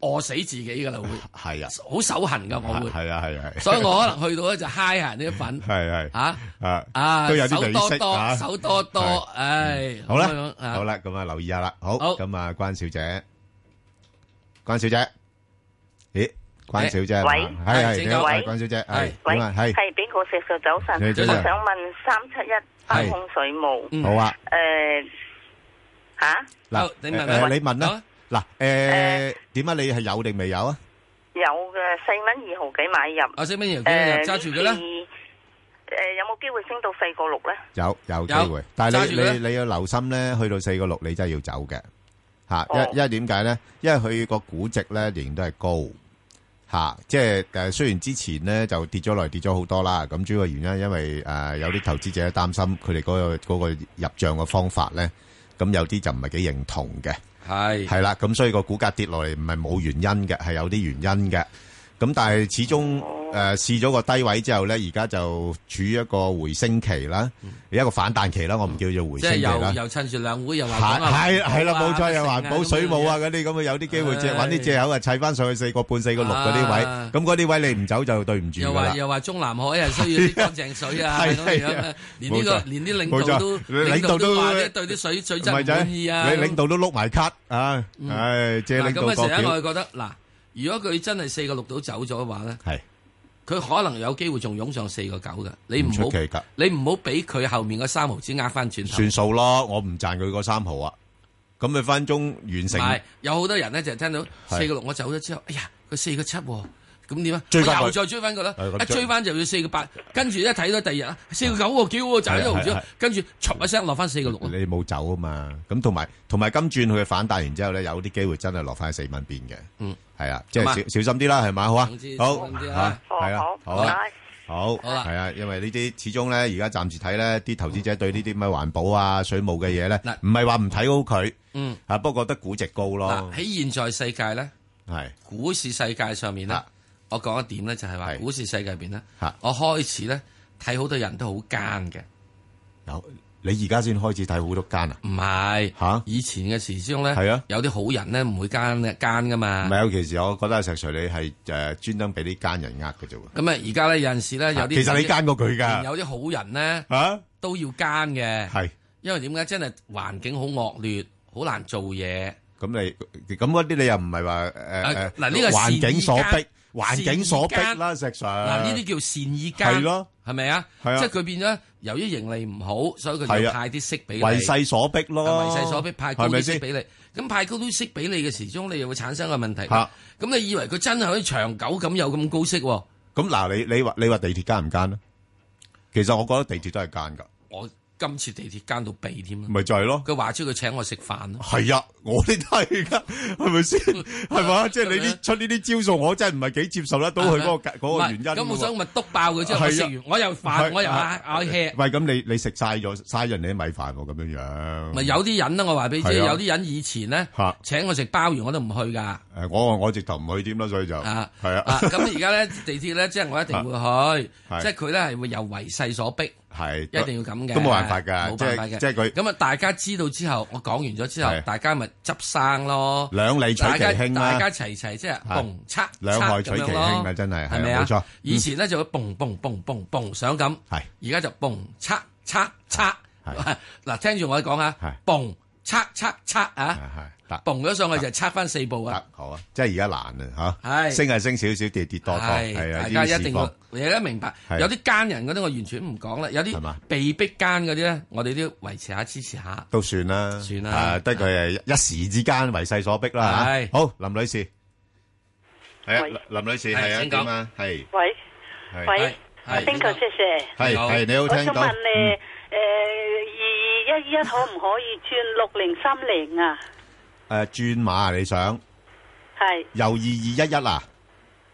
Speaker 4: 餓死自己㗎啦，會
Speaker 3: 係啊，係啊，
Speaker 4: 好手痕㗎，我會。
Speaker 3: 係啊，係啊，係啊。
Speaker 4: 所以我可能去到咧就嗨人 啲粉
Speaker 3: 係，係。
Speaker 4: 嚇
Speaker 3: 啊，
Speaker 4: 啊，
Speaker 3: 都有啲
Speaker 4: 手
Speaker 3: 利息
Speaker 4: 多
Speaker 3: 啊。
Speaker 4: 多，手多多
Speaker 3: 係，
Speaker 4: 唉，
Speaker 3: 好啦，
Speaker 4: 咁樣啊
Speaker 3: 好啦，咁啊，留意下啦。好，
Speaker 4: 好。
Speaker 3: 咁啊，關小姐。關小姐。咦，關
Speaker 9: 喂。
Speaker 3: 小姐係嘛？
Speaker 9: 喂。
Speaker 3: 係，係，
Speaker 9: 係，
Speaker 3: 你
Speaker 9: 請講。
Speaker 3: 好，係，
Speaker 9: 喂。
Speaker 3: 關小姐，係，
Speaker 9: 喂，
Speaker 3: 點啊？係，
Speaker 9: 系边个石上早晨？
Speaker 3: 你早晨
Speaker 9: 我想问三七一北控水务，
Speaker 4: 嗯
Speaker 3: 好啊。
Speaker 9: 诶吓
Speaker 3: 嗱，
Speaker 4: 好，你
Speaker 3: 誒，
Speaker 4: 問
Speaker 3: 誒，
Speaker 4: 啦。
Speaker 3: 你問啦。
Speaker 4: 好啊。
Speaker 3: 嗱，誒，點啊？你係有定未有啊？
Speaker 9: 有嘅四蚊二毫几买入，
Speaker 4: 阿星明瑤
Speaker 9: 诶
Speaker 4: 揸住佢啦，
Speaker 9: 诶有冇机会升到四个六咧？
Speaker 3: 有-有
Speaker 4: 有。
Speaker 3: 機會。但係你
Speaker 4: 揸
Speaker 3: -
Speaker 4: 住佢啦。
Speaker 3: 你-你要留心呢，去到4.6你真係要走嘅。嚇，
Speaker 9: 哦。
Speaker 3: 因-因為點解呢？因為佢個估值呢，仍然都係高。嚇，即係，誒，雖然之前呢，就跌咗落嚟，跌咗好多啦。咁主要嘅原因因為，誒，有啲投資者擔心佢哋嗰個-嗰個入帳嘅方法呢，咁有啲就唔係幾認同嘅。
Speaker 4: 係
Speaker 3: 系啦，咁所以個股價跌落嚟唔係冇原因嘅，係有啲原因嘅。咁但係始終诶试咗個低位之後咧，而家就處於一個回升期啦，一個反彈期啦，我唔叫做回
Speaker 4: 即
Speaker 3: 升
Speaker 4: 係
Speaker 3: 期
Speaker 4: 又
Speaker 3: 啦。
Speaker 4: 又趁住兩會又話講啊
Speaker 3: 係係啦，
Speaker 4: 環保啊
Speaker 3: 冇錯，又
Speaker 4: 乜
Speaker 3: 環
Speaker 4: 成
Speaker 3: 保水母啊
Speaker 4: 咁樣
Speaker 3: 嗰啲咁嘅，有啲機會借
Speaker 4: 唉
Speaker 3: 揾啲借口啊，砌翻上去四個半、四個六嗰啲位，
Speaker 4: 啊
Speaker 3: 咁嗰啲位你唔走就對唔住
Speaker 4: 又
Speaker 3: 㗎啦
Speaker 4: 話。又話中南海係需要啲乾淨水啊，
Speaker 3: 係
Speaker 4: 咁樣
Speaker 3: 係
Speaker 4: 啊
Speaker 3: 啊，
Speaker 4: 連呢個
Speaker 3: 冇錯
Speaker 4: 連啲領導都
Speaker 3: 冇錯
Speaker 4: 領導都
Speaker 3: 領導都
Speaker 4: 話咧對啲水水質
Speaker 3: 咪
Speaker 4: 唔
Speaker 3: 就係
Speaker 4: 滿意啊，
Speaker 3: 你領導都碌埋卡啊，唉，借
Speaker 4: 嗱
Speaker 3: 領
Speaker 4: 咁
Speaker 3: 導
Speaker 4: 啊，
Speaker 3: 國
Speaker 4: 成日我係
Speaker 3: 表
Speaker 4: 覺得嗱，如果佢真係四個六度走咗嘅話咧，
Speaker 3: 係
Speaker 4: 佢可能有機會仲湧上四個九嘅，你唔
Speaker 3: 唔
Speaker 4: 好
Speaker 3: 出奇㗎，
Speaker 4: 你唔好俾佢後面嗰三毫子呃翻轉頭。
Speaker 3: 算數咯，我唔賺佢嗰三毫啊，咁咪分鐘完
Speaker 4: 唔
Speaker 3: 成。
Speaker 4: 係有好多人咧就係聽到
Speaker 3: 係
Speaker 4: 四個六我走咗之後，哎呀佢四個七喎，咁點啊？
Speaker 3: 追返佢
Speaker 4: 我又再追翻佢啦
Speaker 3: 係，咁
Speaker 4: 一
Speaker 3: 追
Speaker 4: 追翻就要四個八，跟住一睇到第二日啊四個九喎，幾好喎，就喺度
Speaker 3: 係係
Speaker 4: 咗
Speaker 3: 係，
Speaker 4: 跟住唰一聲落翻四個六。
Speaker 3: 你冇走啊嘛，咁同埋同埋金轉佢反彈完之後咧，有啲機會真係落翻四蚊邊嘅，
Speaker 4: 嗯，
Speaker 3: 係啊，即係
Speaker 4: 咁啊
Speaker 3: 小小心啲啦，係咪？好啊
Speaker 4: 總之，
Speaker 3: 好
Speaker 4: 小心啲
Speaker 3: 嚇
Speaker 4: 啦，
Speaker 3: 係啊，
Speaker 9: 哦
Speaker 3: 好
Speaker 9: 好，唔
Speaker 3: 啊，
Speaker 9: 該
Speaker 3: 好，
Speaker 4: 好啦
Speaker 3: 係啊，因為呢啲始終咧，而家暫時睇咧，啲投資者對呢啲咩環保啊、水務嘅嘢咧
Speaker 4: 嗱，
Speaker 3: 唔係話唔睇好佢，
Speaker 4: 嗯，
Speaker 3: 啊，不過覺得估值高
Speaker 4: 嗱
Speaker 3: 咯，
Speaker 4: 喺現在世界咧，
Speaker 3: 係
Speaker 4: 股市世界上面咧
Speaker 3: 啊，
Speaker 4: 我講一點咧就係話
Speaker 3: 係
Speaker 4: 股市世界入邊咧
Speaker 3: 啊，
Speaker 4: 我開始咧睇好多人都好奸嘅。
Speaker 3: 有你而家先開始睇好多間啊，
Speaker 4: 唔係
Speaker 3: 吓
Speaker 4: 以前嘅時鐘咧，
Speaker 3: 係啊
Speaker 4: 有啲好人咧唔會奸奸噶嘛
Speaker 3: 唔。係有其時我覺得阿石 Sir 你係誒專登俾啲奸人呃嘅啫喎，
Speaker 4: 咁啊，而家咧有陣時咧有啲，
Speaker 3: 其實你奸過佢㗎，
Speaker 4: 有啲好人咧
Speaker 3: 嚇
Speaker 4: 都要奸嘅，
Speaker 3: 係。
Speaker 4: 因為點解真係環境好惡劣，好難做嘢。
Speaker 3: 咁你咁嗰啲你又唔係話誒誒
Speaker 4: 嗱呢個係
Speaker 3: 環境所
Speaker 4: 善意
Speaker 3: 逼，環境所逼
Speaker 4: 善意
Speaker 3: 啦，石 Sir
Speaker 4: 嗱，呢啲叫善意奸，
Speaker 3: 係咯，
Speaker 4: 係咪啊？即
Speaker 3: 係啊
Speaker 4: 係佢變咗，由於盈利唔好，所以佢
Speaker 3: 係
Speaker 4: 就
Speaker 3: 啊
Speaker 4: 派啲息俾你，
Speaker 3: 為勢所逼咯，
Speaker 4: 為勢所逼派高
Speaker 3: 係咪
Speaker 4: 啲息
Speaker 3: 先？
Speaker 4: 俾你。咁派高啲息俾你嘅時鐘，你又會產生個問題。
Speaker 3: 嚇
Speaker 4: 咁你以為佢真係可以長久咁有咁高息喎？
Speaker 3: 咁嗱，你你話你話地鐵奸唔奸咧？其實我覺得地鐵都係奸㗎，
Speaker 4: 我今次地鐵奸到鼻添啦！
Speaker 3: 咪就係咯。
Speaker 4: 佢話出佢請我食飯咯。
Speaker 3: 係啊，我哋都係㗎，係咪先？係嘛？即係你啲出呢啲招數，我真係唔係幾接受得到佢嗰個嗰個原因㗎喎。
Speaker 4: 咁我想咪督爆佢之後，
Speaker 3: 係啊
Speaker 4: 我食完我又
Speaker 3: 係
Speaker 4: 飯，我又嗌嗌 hea。
Speaker 3: 喂，咁你你食晒咗嘥人哋啲米飯喎，咁樣樣。
Speaker 4: 咪有啲人咧，我話俾你知，
Speaker 3: 嗯係啊
Speaker 4: 有啲人以前咧
Speaker 3: 嚇
Speaker 4: 請我食鮑魚，我都唔去㗎。啊
Speaker 3: 誒，我我直頭唔去添啦，所以就
Speaker 4: 啊
Speaker 3: 係啊，
Speaker 4: 咁而家咧 地鐵咧，即係我一定會去，
Speaker 3: 係
Speaker 4: 即係佢咧係會由為勢所逼，
Speaker 3: 係
Speaker 4: 一定要咁嘅。
Speaker 3: 都冇辦法㗎
Speaker 4: 冇
Speaker 3: 即
Speaker 4: 辦
Speaker 3: 係
Speaker 4: 法嘅。
Speaker 3: 即係佢
Speaker 4: 咁啊，大家知道之後，我講完咗之後
Speaker 3: 係，
Speaker 4: 大家咪執生咯。
Speaker 3: 兩利取
Speaker 4: 大家
Speaker 3: 其輕啦
Speaker 4: 大家齊齊即係蹦測
Speaker 3: 兩害取其輕啊真係係
Speaker 4: 係咪啊？
Speaker 3: 冇錯
Speaker 4: 以前咧就會蹦蹦蹦蹦蹦想咁，
Speaker 3: 係
Speaker 4: 而家就蹦測測測
Speaker 3: 係。
Speaker 4: 嗱，聽住我講下
Speaker 3: 係，
Speaker 4: 蹦測測測啊！
Speaker 3: 係係
Speaker 4: 嘣咗上去就測翻四步啊！
Speaker 3: 好啊，即係而家難啊
Speaker 4: 係
Speaker 3: 吓，升係升少少，跌跌多多，
Speaker 4: 係
Speaker 3: 係啊，
Speaker 4: 大
Speaker 3: 呢啲
Speaker 4: 家
Speaker 3: 市
Speaker 4: 一定
Speaker 3: 況
Speaker 4: 要，你而家明白，
Speaker 3: 係
Speaker 4: 有啲奸人嗰啲我完全唔講啦，有啲被逼奸嗰啲咧，我哋都要維持下支持下。
Speaker 3: 都算啦，
Speaker 4: 算啦
Speaker 3: 啊得佢係一時之間為勢所逼啦
Speaker 4: 係
Speaker 3: 吓。好，林女士，係啊，
Speaker 11: 喂
Speaker 3: 林林女士
Speaker 11: 係
Speaker 3: 係啊，
Speaker 11: 請講
Speaker 3: 點啊？係
Speaker 11: 喂
Speaker 3: 係
Speaker 11: 喂
Speaker 3: 係
Speaker 11: ，Bingo
Speaker 3: 係
Speaker 11: 姐姐，
Speaker 3: 係係你
Speaker 11: 我
Speaker 3: 好聽到
Speaker 11: 想問你，誒
Speaker 9: ờ,
Speaker 11: 二二一一可唔可以轉六零三零
Speaker 9: à.
Speaker 11: 啊？
Speaker 3: 誒轉馬呃你想
Speaker 11: 係
Speaker 3: 由二二一一啊？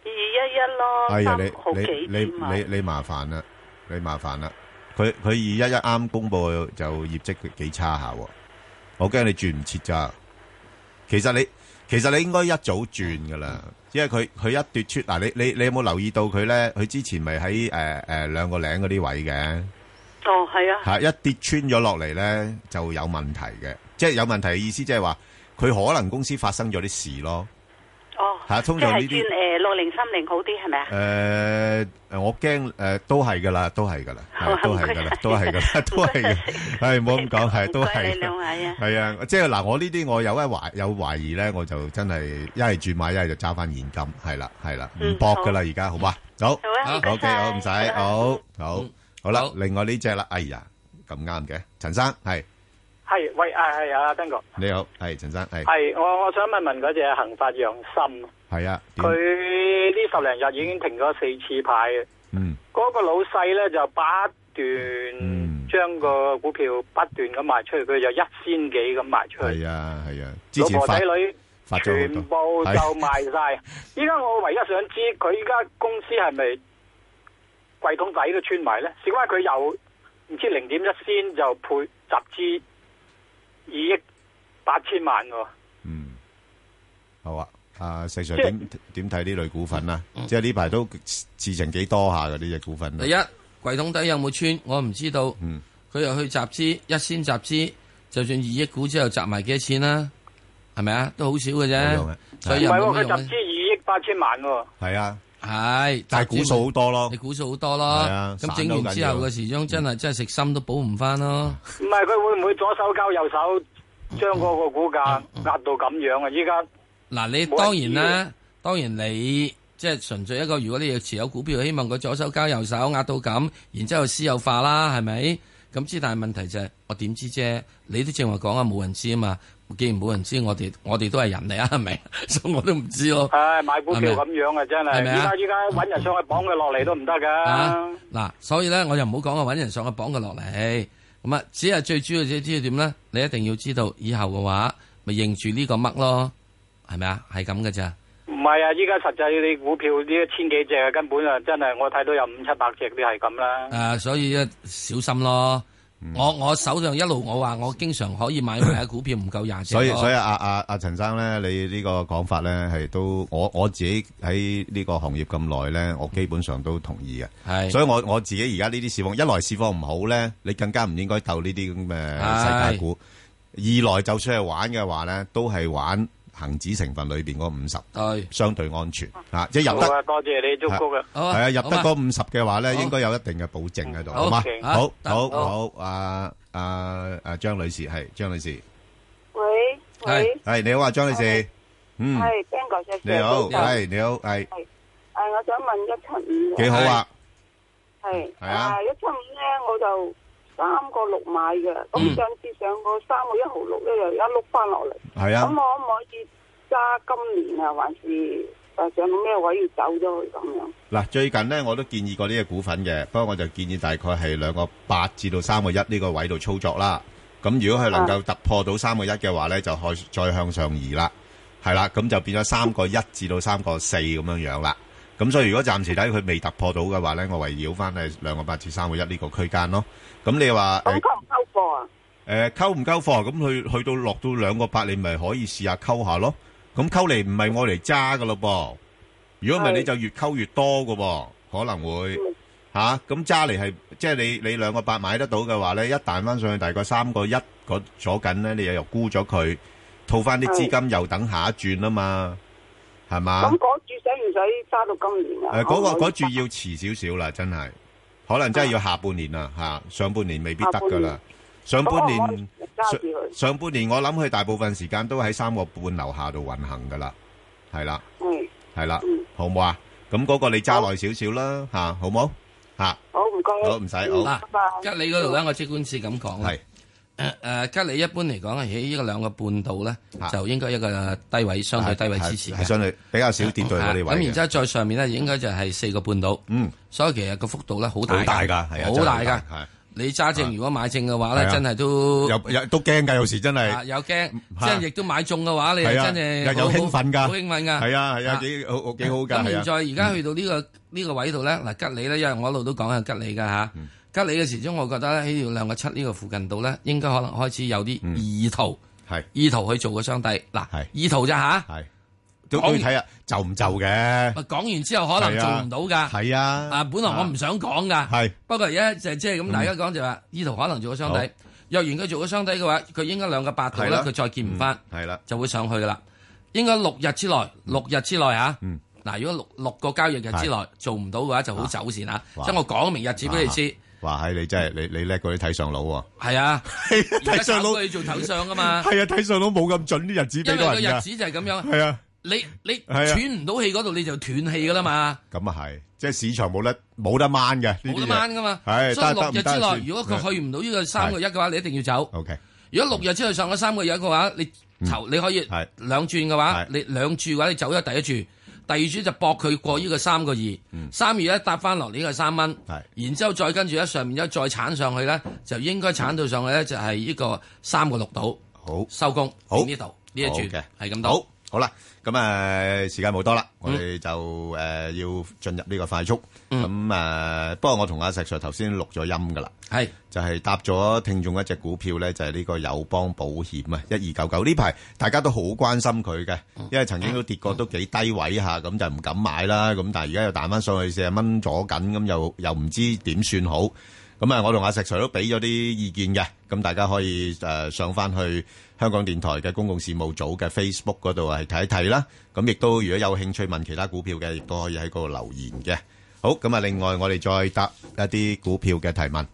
Speaker 11: 二一一咯，
Speaker 3: 哎呀，你
Speaker 11: 三毫
Speaker 3: 你
Speaker 11: 幾
Speaker 3: 你
Speaker 11: 點啊？
Speaker 3: 你你麻煩啦，你麻煩啦。佢佢二一一啱公布就業績幾差下喎，我驚你轉唔切咋。其實你其實你應該一早轉噶啦，因為佢佢一跌出嗱，你你你有冇留意到佢咧？佢之前咪喺呃誒誒兩個零嗰啲位嘅。
Speaker 11: 哦，係啊，
Speaker 3: 係一跌穿咗落嚟咧，就有問題嘅。即係有問題嘅意思，即係話佢可能公司發生咗啲事咯。
Speaker 9: ờ.
Speaker 11: 哦，
Speaker 3: 係啊
Speaker 11: 即
Speaker 3: 通常呢
Speaker 11: 係
Speaker 3: 啲
Speaker 11: 轉誒六零三零好啲係咪啊？
Speaker 3: Ờ, 诶、我驚诶、誒都係噶啦，都係噶啦，係都係噶啦，都 係噶啦，都係噶，係冇咁講，係都
Speaker 11: 唔該
Speaker 3: 係
Speaker 11: 你兩位
Speaker 9: à?
Speaker 11: 啊
Speaker 3: 係啊，即係嗱，我呢啲我有一懷有懷疑咧，我就真係一係轉買，一係就揸翻現金，係啦係啦，唔搏噶啦，而家好嘛？好
Speaker 11: 好啊唔該
Speaker 3: Ờ, ，OK，
Speaker 11: 晒
Speaker 3: 好唔使，好好好啦，另外呢只啦，哎呀，咁啱嘅，陳生係
Speaker 12: 系喂，
Speaker 5: à,
Speaker 12: 啊系啊，斌哥，
Speaker 3: 你好，係陳生係
Speaker 12: 系我我想問問嗰只恒發陽心，
Speaker 3: 係啊，點
Speaker 12: 佢呢十零日已經停咗四次牌，
Speaker 3: 嗯，
Speaker 12: 嗰、個老細咧就不斷將個股票不斷咁賣出去，佢就一千幾咁賣出去，
Speaker 3: 係啊係啊，之前
Speaker 12: 老婆
Speaker 3: 發
Speaker 12: 仔女
Speaker 3: 發咗
Speaker 12: 全
Speaker 3: 好
Speaker 12: 部
Speaker 3: 多，
Speaker 12: 就
Speaker 3: 係
Speaker 12: 賣晒。依家我唯一想知佢依家公司係咪櫃桶底都穿埋咧？小解佢又唔知零點一先就配集資二億八千萬喎。
Speaker 3: 好啊，阿石 Sir
Speaker 12: 即係
Speaker 3: 點点睇呢類股份啊？即係呢排都事情幾多下嘅呢只股份啊。
Speaker 4: 第一，櫃桶底有冇穿，我唔知道。
Speaker 3: 嗯
Speaker 4: 佢又去集資，一先集資，就算二億股之後集埋幾多錢啦，係咪啊？都好少嘅
Speaker 3: 冇用
Speaker 4: 啫
Speaker 3: 嘅，
Speaker 4: 所以
Speaker 12: 唔係
Speaker 4: 又冇
Speaker 12: 喎，
Speaker 4: 咩
Speaker 12: 佢
Speaker 4: 用啊
Speaker 12: 集資二億八千萬喎。
Speaker 3: 係啊，
Speaker 4: 係，
Speaker 3: 但係股數好多咯，
Speaker 4: 你股數好多
Speaker 3: 係
Speaker 4: 咯，
Speaker 3: 啊
Speaker 4: 咁
Speaker 3: 散得
Speaker 4: 整
Speaker 3: 好
Speaker 4: 完
Speaker 3: 緊
Speaker 4: 之
Speaker 3: 要嗯
Speaker 4: 後嘅時鐘真係真係食心都補唔翻咯。
Speaker 12: 唔係佢會唔會左手交右手將嗰個股
Speaker 4: 嗯
Speaker 12: 價壓到咁樣啊？依家
Speaker 4: 嗱，你當然啦，當然你即係純粹一個，如果你要持有股票，希望佢左手交右手壓到咁，然之後私有化啦，係咪？咁之但係問題就係、我點知啫？你都正話講啊，冇人知啊嘛。既然冇人知，我哋我哋都係人嚟啊，係咪？ 所以我都唔知咯。
Speaker 6: 啊
Speaker 12: 唉買股票
Speaker 4: 係咪
Speaker 12: 咁樣啊，真
Speaker 4: 係
Speaker 12: 係依
Speaker 4: 咪啊
Speaker 12: 家依家揾人上去綁佢落嚟都唔得
Speaker 4: 啊
Speaker 12: 㗎。
Speaker 4: 嗱，所以咧我就唔好講我揾人上去綁佢落嚟，咁啊，只係最主要只知道點咧？你一定要知道以後嘅話，咪認住呢個乜咯，係咪啊？係咁嘅咋。
Speaker 12: 唔係啊！依家實際你股票呢一千幾隻啊，根本啊真係我睇到有五七百隻都係咁啦。
Speaker 4: 誒、啊所以咧小心咯。
Speaker 3: 嗯
Speaker 4: 我我手上一路我話我經常可以買埋嘅股票唔夠廿隻咯。
Speaker 3: 所以所以阿阿阿陳生咧，你呢個講法咧係都我我自己喺呢個行業咁耐咧，我基本上都同意嘅。
Speaker 4: 係
Speaker 3: 所以我我自己而家呢啲市況，一來市況唔好咧，你更加唔應該鬥呢啲咁嘅世界股；二來就算係玩嘅話咧，都係玩恒指成分裏邊嗰五十，相對安全啊，即係入
Speaker 12: 好
Speaker 3: 得
Speaker 12: 啊，。多謝你，祝福啊！
Speaker 3: 係啊，入得嗰五十嘅話咧，應該有一定嘅保證喺度，
Speaker 12: 好
Speaker 3: 好嘛？
Speaker 12: 好
Speaker 3: 好好
Speaker 12: 好
Speaker 3: 好，啊啊啊，張女士係張女士，
Speaker 9: 喂
Speaker 3: 係
Speaker 9: 喂，
Speaker 3: 係你好啊，張女士，嗯，
Speaker 9: 係 Ben 哥姐
Speaker 3: 你好，係
Speaker 9: 係
Speaker 3: 你好，係
Speaker 9: 誒，我想問一七五
Speaker 3: 幾好啊？
Speaker 9: 係
Speaker 3: 係啊
Speaker 9: 一七五咧我就三個六買嘅，咁上次上過三個一毫六咧，又一碌翻落嚟，
Speaker 3: 係
Speaker 9: 咁
Speaker 3: 啊
Speaker 9: 我可唔可以揸今年啊，還是誒上到咩位要走咗佢咁樣？
Speaker 3: 嗱，最近咧我都建議過呢只股份嘅，不過我就建議大概係兩個八至到三個一呢個位度操作啦。咁如果佢能夠突破到三個一嘅話咧，就可以再向上移啦，係啦，咁就變咗三個一至到三個四咁樣樣啦。咁所以如果暫時睇佢未突破到嘅話咧，我圍繞翻係兩個八至三個一呢個區間咯。咁你話
Speaker 9: 咁夠唔夠貨啊？
Speaker 3: 誒溝唔溝貨？咁佢去到落到兩個八，你咪可以試下溝下咯。咁溝嚟唔係我嚟揸噶咯噃，如果唔係
Speaker 13: 係
Speaker 3: 你就越溝越多噶噃，可能會嚇。咁揸嚟係即係你你兩個八買得到嘅話咧，一彈翻上去大概三個一嗰左緊咧，你又又沽咗佢，套翻啲資金又等下一轉啊嘛，係嘛？
Speaker 9: 咁嗰注使唔使揸到今年啊？
Speaker 3: 啊誒嗰
Speaker 9: 可唔
Speaker 3: 個
Speaker 9: 可
Speaker 3: 嗰
Speaker 9: 以
Speaker 3: 注要遲少少啦，真
Speaker 9: 啊
Speaker 3: 啊係，可能真係要下半年啦嚇，上半年未必得噶啦。上
Speaker 9: 咁
Speaker 3: 半
Speaker 9: 可唔可以
Speaker 3: 年
Speaker 9: 揸住佢。
Speaker 3: 上半年我諗佢大部分時間都喺三個半樓下度運行噶啦，係啦，
Speaker 9: 嗯，
Speaker 3: 係啦，好唔好啊？咁嗰個你揸耐少少啦，吓，好冇吓？
Speaker 9: 好唔該。
Speaker 3: 好唔使好
Speaker 4: 啊嗱，吉利嗰度咧，我即管是咁講啦。誒誒，吉利一般嚟講係啊喺呢個兩個半度咧，就應該一個低位相對低位支持嘅
Speaker 3: 係係相對比較少跌對嗰啲位嘅
Speaker 4: 咁然之後再上面咧，應該就係四個半度。
Speaker 3: 嗯，
Speaker 4: 所以其實個幅度咧好大㗎，
Speaker 3: 好大㗎係啊
Speaker 4: 好大
Speaker 3: 真
Speaker 4: 㗎
Speaker 3: 係好大係。啊
Speaker 4: 你揸正如果買正嘅話
Speaker 3: 係
Speaker 4: 咧，
Speaker 3: 啊
Speaker 4: 真係都
Speaker 3: 有有都驚㗎，有時真係嗯
Speaker 4: 啊有驚，即
Speaker 3: 嚇
Speaker 4: 係亦都買中嘅話，你
Speaker 3: 係啊
Speaker 4: 真係
Speaker 3: 又有
Speaker 4: 好
Speaker 3: 興奮㗎
Speaker 4: 好興奮㗎。
Speaker 3: 係啊係啊幾好好幾好㗎
Speaker 4: 咁
Speaker 3: 係啊
Speaker 4: 現在而家去到呢個呢個位度咧，嗱吉利咧，因為我一路都講係吉利㗎吓。
Speaker 3: 嗯
Speaker 4: 吉利嘅時鐘，我覺得咧喺條兩個七呢個附近度咧，應該可能開始有啲意圖，
Speaker 3: 嗯係
Speaker 4: 意圖去做個雙底。嗱，意圖咋吓？
Speaker 3: 係都都要睇下就唔就嘅。
Speaker 4: 講完之後可能做唔到㗎。
Speaker 3: 係啊，
Speaker 4: 啊，本來我唔想講㗎。
Speaker 3: 係嗯
Speaker 4: 不過而家就即係咁，大家講就話意圖可能做個雙
Speaker 3: 好
Speaker 4: 底。若然佢做個雙底嘅話，佢應該兩個八度
Speaker 3: 係
Speaker 4: 咧，
Speaker 3: 啦嗯
Speaker 4: 佢再見唔翻，
Speaker 3: 係啦，
Speaker 4: 就會上去㗎啦。應該六日之內，
Speaker 3: 嗯
Speaker 4: 六日之內嚇。嗱，如果六六個交易日之內
Speaker 3: 係啊
Speaker 4: 做唔到嘅話，就好走線嚇。
Speaker 3: 哇
Speaker 4: 即係我講明日子俾你知。
Speaker 3: 哇，係你真係你你叻過啲睇相佬 喎。
Speaker 4: 係啊，而家
Speaker 3: 睇
Speaker 4: 炒
Speaker 3: 上佬
Speaker 4: 佢做頭上㗎嘛。
Speaker 3: 係啊，睇相佬冇咁準啲日子俾
Speaker 4: 因為
Speaker 3: 到
Speaker 4: 個
Speaker 3: 人
Speaker 4: 日
Speaker 3: 㗎。
Speaker 4: 子就係咁樣。
Speaker 3: 係啊，
Speaker 4: 你你
Speaker 3: 係啊
Speaker 4: 喘唔到氣嗰度，你就斷氣㗎啦嘛。
Speaker 3: 咁啊係，即係市場冇得冇得掹嘅，
Speaker 4: 冇
Speaker 3: 冇
Speaker 4: 得掹噶嘛。
Speaker 3: 啊係，
Speaker 4: 所以六日
Speaker 3: 得
Speaker 4: 之
Speaker 3: 得
Speaker 4: 內，如果佢去唔到呢個三個一
Speaker 3: 係
Speaker 4: 嘅話，你一定要走。
Speaker 3: OK，
Speaker 4: 如果六日之內上咗三個一嘅話，你頭你可以兩轉嘅話，你兩注嘅話，你走咗第一注。第二注就搏佢過呢個三個二，三二一搭翻落呢個三蚊，然之後再跟住咧上面一再鏟上去咧，就應該鏟到上去咧就係呢個三個六度，
Speaker 3: 好
Speaker 4: 收工，
Speaker 3: 好
Speaker 4: 呢度呢一注
Speaker 3: 好嘅
Speaker 4: 係咁
Speaker 3: 好
Speaker 4: 多。
Speaker 3: 好啦，咁誒時間冇多啦，我哋就誒要進入呢個快速。咁誒，不過我同阿石 Sir 頭先錄咗音噶啦，
Speaker 4: 係
Speaker 3: 就係答咗聽眾一隻股票咧，就係呢個友邦保險啊，一二九九呢排大家都好關心佢嘅，因為曾經都跌過都幾低位下，咁就唔敢買啦。咁但係而家又彈翻上去四十蚊左緊，咁又又唔知點算好。咁啊，我同阿石 Sir 都俾咗啲意見嘅，咁大家可以誒、呃上翻去香港電台嘅公共事務組嘅 Facebook 嗰度係睇一睇啦。咁亦都如果有興趣問其他股票嘅，亦都可以喺嗰度留言嘅。好，咁啊，另外我哋再答一啲股票嘅提問。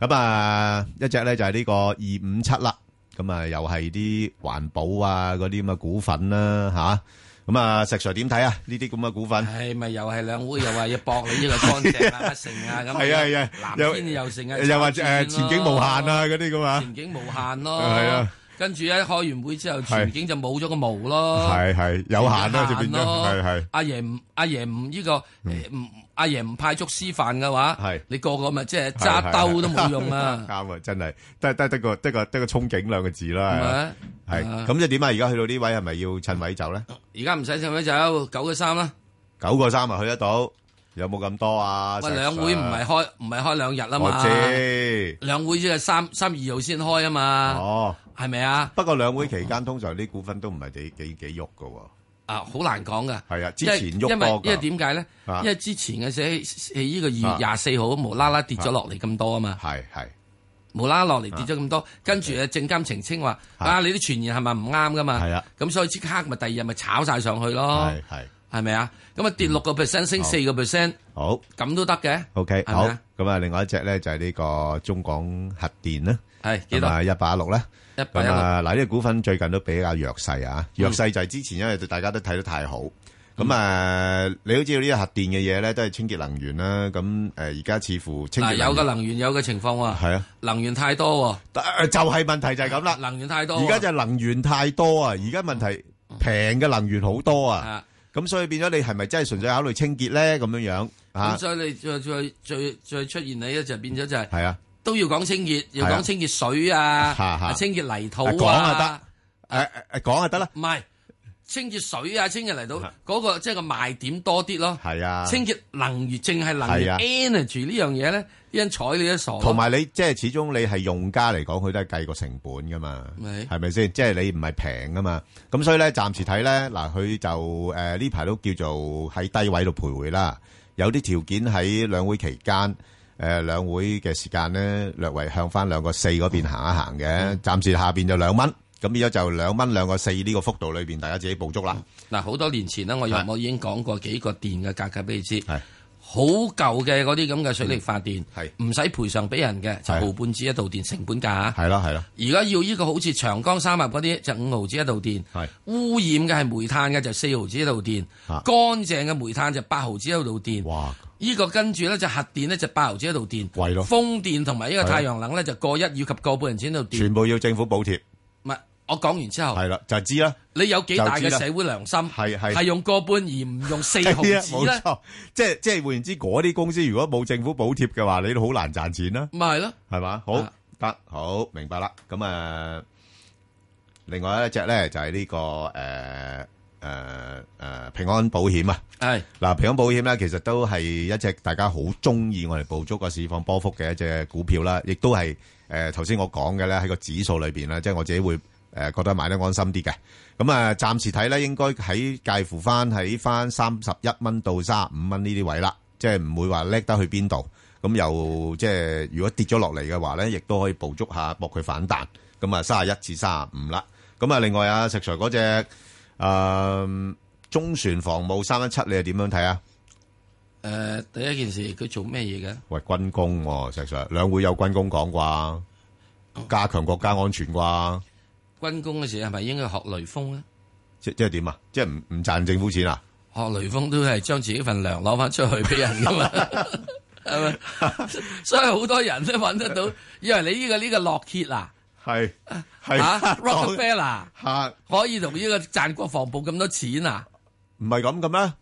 Speaker 3: 咁啊，一隻咧就係呢個二五七啦，咁啊又係啲環保啊嗰啲咁嘅股份啦、吓。咁啊，石 Sir 點睇啊？呢啲咁嘅股份
Speaker 4: 係咪又係兩會又話要搏你呢個乾 淨啊乜成啊咁樣？
Speaker 3: 係啊係啊
Speaker 4: 藍天又成啊，
Speaker 3: 又或者
Speaker 4: 炒錢
Speaker 3: 誒
Speaker 4: 咯
Speaker 3: 前景無限啊嗰啲咁啊
Speaker 4: 前景無限咯，
Speaker 3: 係啊。
Speaker 4: 跟住咧開完會之後，
Speaker 3: 係
Speaker 4: 前景就冇咗個毛咯，
Speaker 3: 係係有限啦就變咗
Speaker 4: 咯
Speaker 3: 係係嗯
Speaker 4: 阿爺唔阿爺唔呢個誒唔阿爺唔派足師範嘅話，係你個個咪即係揸兜都冇用 啊！！
Speaker 3: 啱啊，真係得得得個得個得個憧憬兩個字啦，
Speaker 4: 係咪
Speaker 3: 係咁即係點啊？而家去到呢位係咪要趁位走咧？
Speaker 4: 而家唔使唱咩走，九個三啦。
Speaker 3: 九個三啊，去得到，有冇咁多啊？
Speaker 4: 喂，
Speaker 3: 石
Speaker 4: 兩會
Speaker 3: Sir？
Speaker 4: 唔係開唔係開兩日啦嘛？
Speaker 3: 我知
Speaker 4: 兩會即係三三二號先開啊嘛。
Speaker 3: 哦，
Speaker 4: 係咪啊？
Speaker 3: 不過兩會期間通常啲股份都唔係幾幾幾喐噶喎。
Speaker 4: 啊，好難講噶。
Speaker 3: 係啊，之
Speaker 4: 因為
Speaker 3: 前喐
Speaker 4: 因為
Speaker 3: 多㗎
Speaker 4: 因為點解咧？
Speaker 3: 啊
Speaker 4: 因為之前嘅寫喺呢個二
Speaker 3: 啊
Speaker 4: 月廿四號無啦啦跌咗落嚟咁多啊嘛。
Speaker 3: 係係。
Speaker 4: 無啦啦落嚟跌咗咁多，跟住啊證監澄清話啊，你啲傳言係咪唔啱噶嘛？係
Speaker 3: 啊。
Speaker 4: 咁所以即刻咪第二日咪炒晒上去咯。
Speaker 3: 係嗯係。
Speaker 4: 係咪啊？咁啊跌六個 percent 升四個 percent，
Speaker 3: 好
Speaker 4: 咁都得嘅。
Speaker 3: OK，
Speaker 4: 係咪
Speaker 3: 好。
Speaker 4: 啊
Speaker 3: 咁啊，另外一隻呢，就係呢個中港核電啦。
Speaker 4: 係，幾多？
Speaker 3: 咁啊，186啦。
Speaker 4: 186
Speaker 3: 咁啊，嗱，呢個股份最近都比較弱勢啊。弱勢就係之前因為大家都睇得太好。咁啊，你都知道呢啲核電嘅嘢呢，都係清潔能源啦。咁，誒，而家似乎清潔
Speaker 4: 嗱，有
Speaker 3: 能源-
Speaker 4: 個能源有個情況喎。
Speaker 3: 係啊。
Speaker 4: 能源太多
Speaker 3: 就係問題就係咁啦。
Speaker 4: 喎，能源太多喎。
Speaker 3: 而家就係能源太多啊，而家問題平嘅能源好多啊。咁所以變咗你係咪真係純粹考慮清潔呢？咁樣樣，啊。
Speaker 4: 咁所以你再再最最出現你咧就變咗就係
Speaker 3: 係啊。
Speaker 4: 都要講清潔，要
Speaker 3: 係啊
Speaker 4: 講清潔水啊，
Speaker 3: 嚇嚇
Speaker 4: 啊清潔泥土
Speaker 3: 講啊得
Speaker 4: 啊，
Speaker 3: 誒誒講就得啦。
Speaker 4: 唔係清潔水啊，清潔泥土嗰個即係個賣點多啲咯。
Speaker 3: 係啊
Speaker 4: 清潔能源淨係能
Speaker 3: 係
Speaker 4: 源
Speaker 3: 啊
Speaker 4: energy 呢樣嘢咧，啲人睬你都傻咯。
Speaker 3: 同埋你即係始終你係用家嚟講，佢都係計個成本噶嘛，
Speaker 4: 咪
Speaker 3: 係咪先？即係你唔係平噶嘛，咁所以咧暫時睇咧嗱，佢就誒呢排都叫做喺低位度徘徊啦。有啲條件喺兩會期間，誒、兩會嘅時間咧，略為向翻兩個四嗰邊行一行嘅。暫時下邊就兩蚊，咁變咗就兩蚊兩個四呢個幅度裏邊，大家自己捕捉啦。
Speaker 4: 嗱，好多年前咧，我有我已經講過幾個電嘅價格俾你知，好舊嘅嗰啲咁嘅水力發電，
Speaker 3: 嗯
Speaker 4: 唔使賠償俾人嘅，就毫半子一度電成本價啊
Speaker 3: 係啦係啦。
Speaker 4: 而家要呢個好似長江三峽嗰啲就五毫子一度電，污染嘅係煤炭嘅就四毫子一度電，乾淨嘅煤炭就八毫子一度電。
Speaker 3: 啊哇！
Speaker 4: 呢個跟住咧就核電咧就八毫子一度電，
Speaker 3: 貴咯
Speaker 4: 風電同埋呢個
Speaker 3: 係咯
Speaker 4: 太陽能咧就過一以及過半人錢一度電。
Speaker 3: 全部要政府補貼。
Speaker 4: 唔係，我講完之後，
Speaker 3: 係啦，就知啦。
Speaker 4: 你有幾大嘅
Speaker 3: 就知啦
Speaker 4: 社會良心？係
Speaker 3: 係
Speaker 4: 係用個半而唔用四毫
Speaker 3: 係啊
Speaker 4: 子咧
Speaker 3: 冇？錯即係即係換言之，嗰啲公司如果冇政府補貼嘅話，你都好難賺錢啦。
Speaker 4: 咪係咯，
Speaker 3: 係嘛？好得好明白啦。咁啊，另外一隻咧就係呢個誒誒誒平安保險啊。
Speaker 4: 係
Speaker 3: 嗱，平安保險咧，其實都係一隻大家好中意我哋捕捉個市況波幅嘅一隻股票啦，亦都係誒頭先我講嘅咧喺個指數裏邊咧，即係我自己會誒覺得買得安心啲嘅。咁啊，呃暫時睇咧應該喺介乎翻喺翻三十一蚊到三十五蚊呢啲位啦，即係唔會話叻得去邊度。咁又即係如果跌咗落嚟嘅話咧，亦都可以捕捉下搏佢反彈。咁啊，三十一至三十五啦。咁啊，另外啊，石 Sir 嗰只啊誒中船防務三一七，你係點樣睇啊？
Speaker 4: 誒，第一件事佢做咩嘢嘅？
Speaker 3: 喂，軍工喎、石 Sir，兩會有軍工講啩，加強國家安全啩，
Speaker 4: 軍工嘅時係咪應該學雷鋒咧？
Speaker 3: 即即係點啊？即係唔唔賺政府錢啊？
Speaker 4: 學雷鋒都係將自己份糧攞翻出去俾人 噶嘛，係咪？所以好多人都揾得到， 以為你呢個呢個洛歇啊，
Speaker 3: 係係
Speaker 4: 嚇
Speaker 3: 當
Speaker 4: 啊 Rockefeller
Speaker 3: 嚇
Speaker 4: 可以同呢個賺國防部咁多錢 啊？
Speaker 3: 唔係咁嘅咩？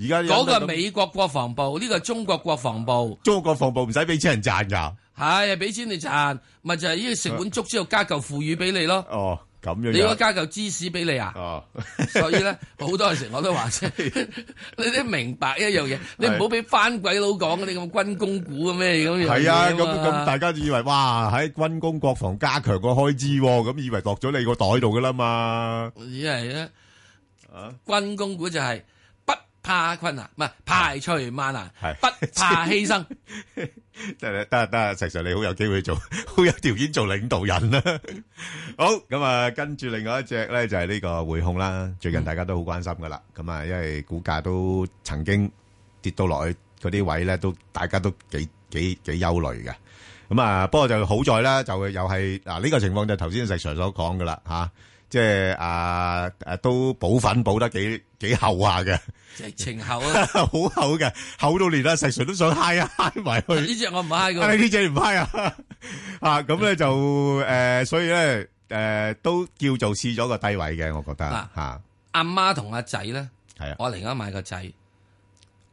Speaker 3: 而家
Speaker 4: 嗰個美國國防部，呢個中國國防部，
Speaker 3: 中國防部唔使俾錢人賺㗎。
Speaker 4: 係俾錢你賺，咪就係呢個食碗粥之後加嚿腐乳俾你 咯。
Speaker 3: 哦，咁樣樣
Speaker 4: 你應該加嚿芝士俾你啊！
Speaker 3: 哦，
Speaker 4: 所以咧好多時我都話啫， 你都明白一樣嘢，你唔好俾番鬼佬講嗰啲咁軍工股咁咩咁樣嘢嘛。
Speaker 3: 係啊，咁咁大家就以為哇喺軍工國防加強個開支喎，咁以為落咗你個袋度㗎啦嘛。
Speaker 4: 只係咧
Speaker 3: 啊
Speaker 4: 軍工股就係不怕困難，唔係排除萬難，不怕犧 牲。
Speaker 3: 得得得，石 Sir 你好有機會做， 好有條件做領導人啦。 好，咁啊，跟住另外一隻咧就係呢個匯控啦，最近大家都好關心噶啦。咁啊，因為股價都曾經跌到落去嗰啲位咧，都大家都幾幾幾憂慮嘅。咁啊，不過就好在啦，就又係嗱呢個情況就頭先石 Sir 所講噶啦吓，即係啊誒都補粉補得幾幾厚下嘅，
Speaker 4: 即係情厚啊！
Speaker 3: 好厚嘅，厚到連阿石 Sir 都想嗨一嗨埋去。
Speaker 4: 呢只我唔嗨
Speaker 3: 啊
Speaker 4: 噶，
Speaker 3: 你 呢只唔嗨啊？啊，咁咧就 诶，所以咧诶，都叫做試咗個低位嘅，我覺得吓
Speaker 4: 阿媽同阿仔咧，
Speaker 3: 係啊
Speaker 4: 我嚟緊買個仔。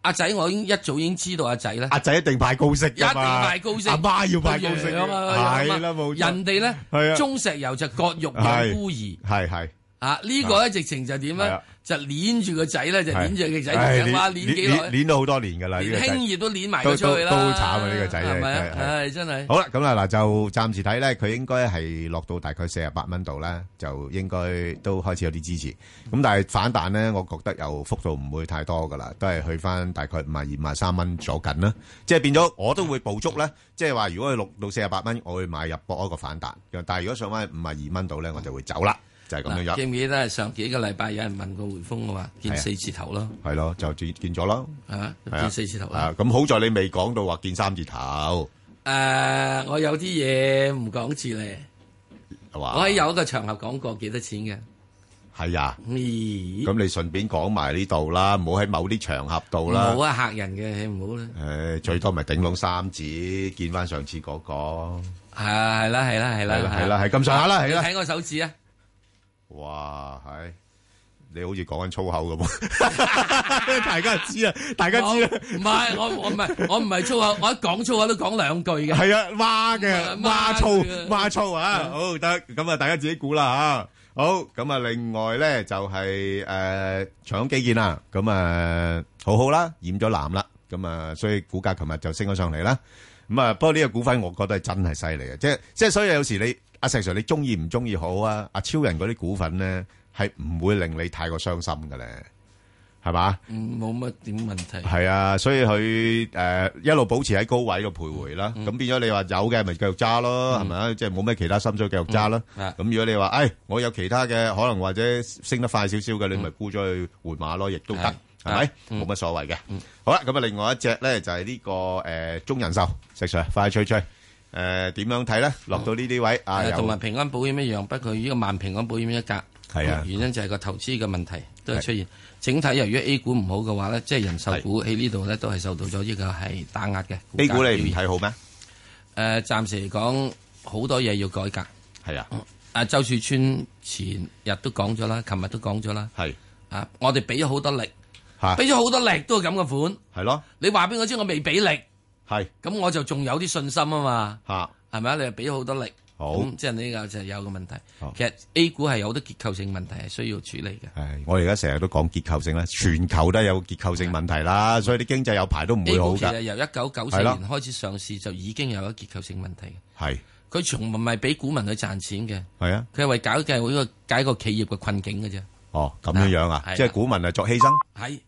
Speaker 4: 阿仔，我已經一早已經知道阿仔咧，
Speaker 3: 阿仔一定派高息
Speaker 4: 一定
Speaker 3: 㗎嘛
Speaker 4: 派高息，
Speaker 3: 阿媽要派高息
Speaker 4: 個樣啊
Speaker 3: 係
Speaker 4: 有
Speaker 3: 啦
Speaker 4: 啊
Speaker 3: 冇錯
Speaker 4: 人哋
Speaker 3: 係
Speaker 4: 咧
Speaker 3: 啊
Speaker 4: 中石油就割肉養
Speaker 3: 係
Speaker 4: 孤兒
Speaker 3: 係係
Speaker 4: 啊！呢個咧直情就點
Speaker 3: 係
Speaker 4: 咧
Speaker 3: 啊？
Speaker 4: 就攆住個仔咧，就攆住個仔，
Speaker 3: 唉
Speaker 4: 就哇
Speaker 3: 攣
Speaker 4: 攆幾耐
Speaker 3: 攣？攣咗好多年㗎啦，呢個
Speaker 4: 連
Speaker 3: 仔
Speaker 4: 輕易都攆埋
Speaker 3: 都
Speaker 4: 佢出去啦，
Speaker 3: 都都慘啊呢個仔
Speaker 4: 係咪
Speaker 3: 係係
Speaker 4: 啊？唉，真係
Speaker 3: 好啦，咁啦嗱，就暫時睇咧，佢應該係落到大概四十八蚊度啦，就應該都開始有啲支持。咁但係反彈咧，我覺得又幅度唔會太多噶啦，都係去翻大概五廿二、五廿三蚊左近啦。即係變咗，我都會捕捉咧，即係話如果佢落到四十八蚊，我會買入博一個反彈。但係如果上翻五廿二蚊度咧，我就會走啦，就係咁樣
Speaker 4: 嗱，記
Speaker 3: 樣。
Speaker 4: 唔記得上幾個禮拜有人問過匯豐嘅話，見
Speaker 3: 係啊
Speaker 4: 四字頭咯，
Speaker 3: 係咯，就見見咗咯，
Speaker 4: 啊，
Speaker 3: 係啊
Speaker 4: 見四字頭啦
Speaker 3: 啊。。咁好在你未講到話見三字頭，
Speaker 4: 誒，我有啲嘢唔講住咧，
Speaker 3: 係嘛？
Speaker 4: 我喺有一個場合講過幾多錢嘅。
Speaker 3: 係啊，
Speaker 4: 咁
Speaker 3: 你順便講埋呢度啦，唔好喺某啲場合度啦。
Speaker 4: 唔好啊，嚇人嘅，唔好啦。
Speaker 3: 誒，最多咪頂籠三指，見翻上次嗰個。
Speaker 4: 係啊，係啦，係啦，係啦
Speaker 3: 係啦，係啦係咁上下啦係啦
Speaker 4: 你睇我手指啊，
Speaker 3: 哇，係你好似講緊粗口咁 喎。大家知啊，大家知啊。
Speaker 4: 唔係我我唔係我唔係粗口，我一講粗口都講兩句嘅。
Speaker 3: 係啊，蛙嘅
Speaker 4: 嗯
Speaker 3: 蛙
Speaker 4: 嘅
Speaker 3: 醋蛙醋啊，好得咁啊，大家自己估啦嚇。好咁啊，另外咧就係呃誒長基建啦，咁啊好好啦，染咗藍啦，咁啊所以股價琴日就升咗上嚟啦。咁啊，不過呢個股份我覺得係真係犀利嘅，即係即係所以有時你阿石 Sir 你中意唔中意好啊，阿超人嗰啲股份咧係唔會令你太過傷心嘅咧，係嘛？
Speaker 4: 嗯冇乜點問題。
Speaker 3: 係啊，所以佢诶一路保持喺高位度徘徊啦。咁變咗你話有嘅咪繼續揸咯，係咪啊？即係冇咩其他心水繼續揸啦。咁如果你話诶我有其他嘅可能或者升得快少少嘅，你咪沽咗去換馬咯，亦都得係咪？冇乜所謂嘅。好啦，咁啊，另外一隻咧就係呢個誒中人壽，石 Sir 快脆脆誒點樣睇咧？落到呢啲位啊，
Speaker 4: 誒
Speaker 3: 有
Speaker 4: 同埋平安保險一樣，不過呢個萬平安保險一格，
Speaker 3: 係啊
Speaker 4: 原因就係個投資嘅問題都係
Speaker 3: 係
Speaker 4: 出現。整體由於 A 股唔好嘅話咧，即係人壽股喺呢度咧都係受到咗呢個係打壓嘅。
Speaker 3: A 股你唔
Speaker 4: 睇
Speaker 3: 好咩？
Speaker 4: 誒，暫時嚟講好多嘢要改革。
Speaker 3: 係啊，
Speaker 4: 啊周樹村前日都講咗啦，琴日都講咗啦。
Speaker 3: 係
Speaker 4: 啊，我哋俾咗好多力
Speaker 3: 嚇，
Speaker 4: 俾咗好多力都係咁嘅款。
Speaker 3: 係咯，
Speaker 4: 你話俾我知我未俾力，
Speaker 3: 係
Speaker 4: 咁我就仲有啲信心啊嘛。
Speaker 3: 嚇，
Speaker 4: 係咪啊？你係俾咗好多力，
Speaker 3: 好
Speaker 4: 咁即係呢個就係有個問題。其實 A 股係有好多結構性問題係需要處理嘅。
Speaker 3: 係我而家成日都講結構性啦，全球都有結構性問題啦，所以啲經濟有排都唔
Speaker 4: A
Speaker 3: 會好
Speaker 4: 股其實
Speaker 3: 㗎。
Speaker 4: 由一九九四
Speaker 3: 係啦
Speaker 4: 年開始上市就已經有一個結構性問題。
Speaker 3: 係
Speaker 4: 佢從唔係俾股民去賺錢嘅，
Speaker 3: 係啊，
Speaker 4: 佢係為搞嘅呢個解個企業嘅困境嘅啫。
Speaker 3: 哦咁樣樣啊
Speaker 4: 係，啦
Speaker 3: 即係股民係作犧牲。
Speaker 4: 係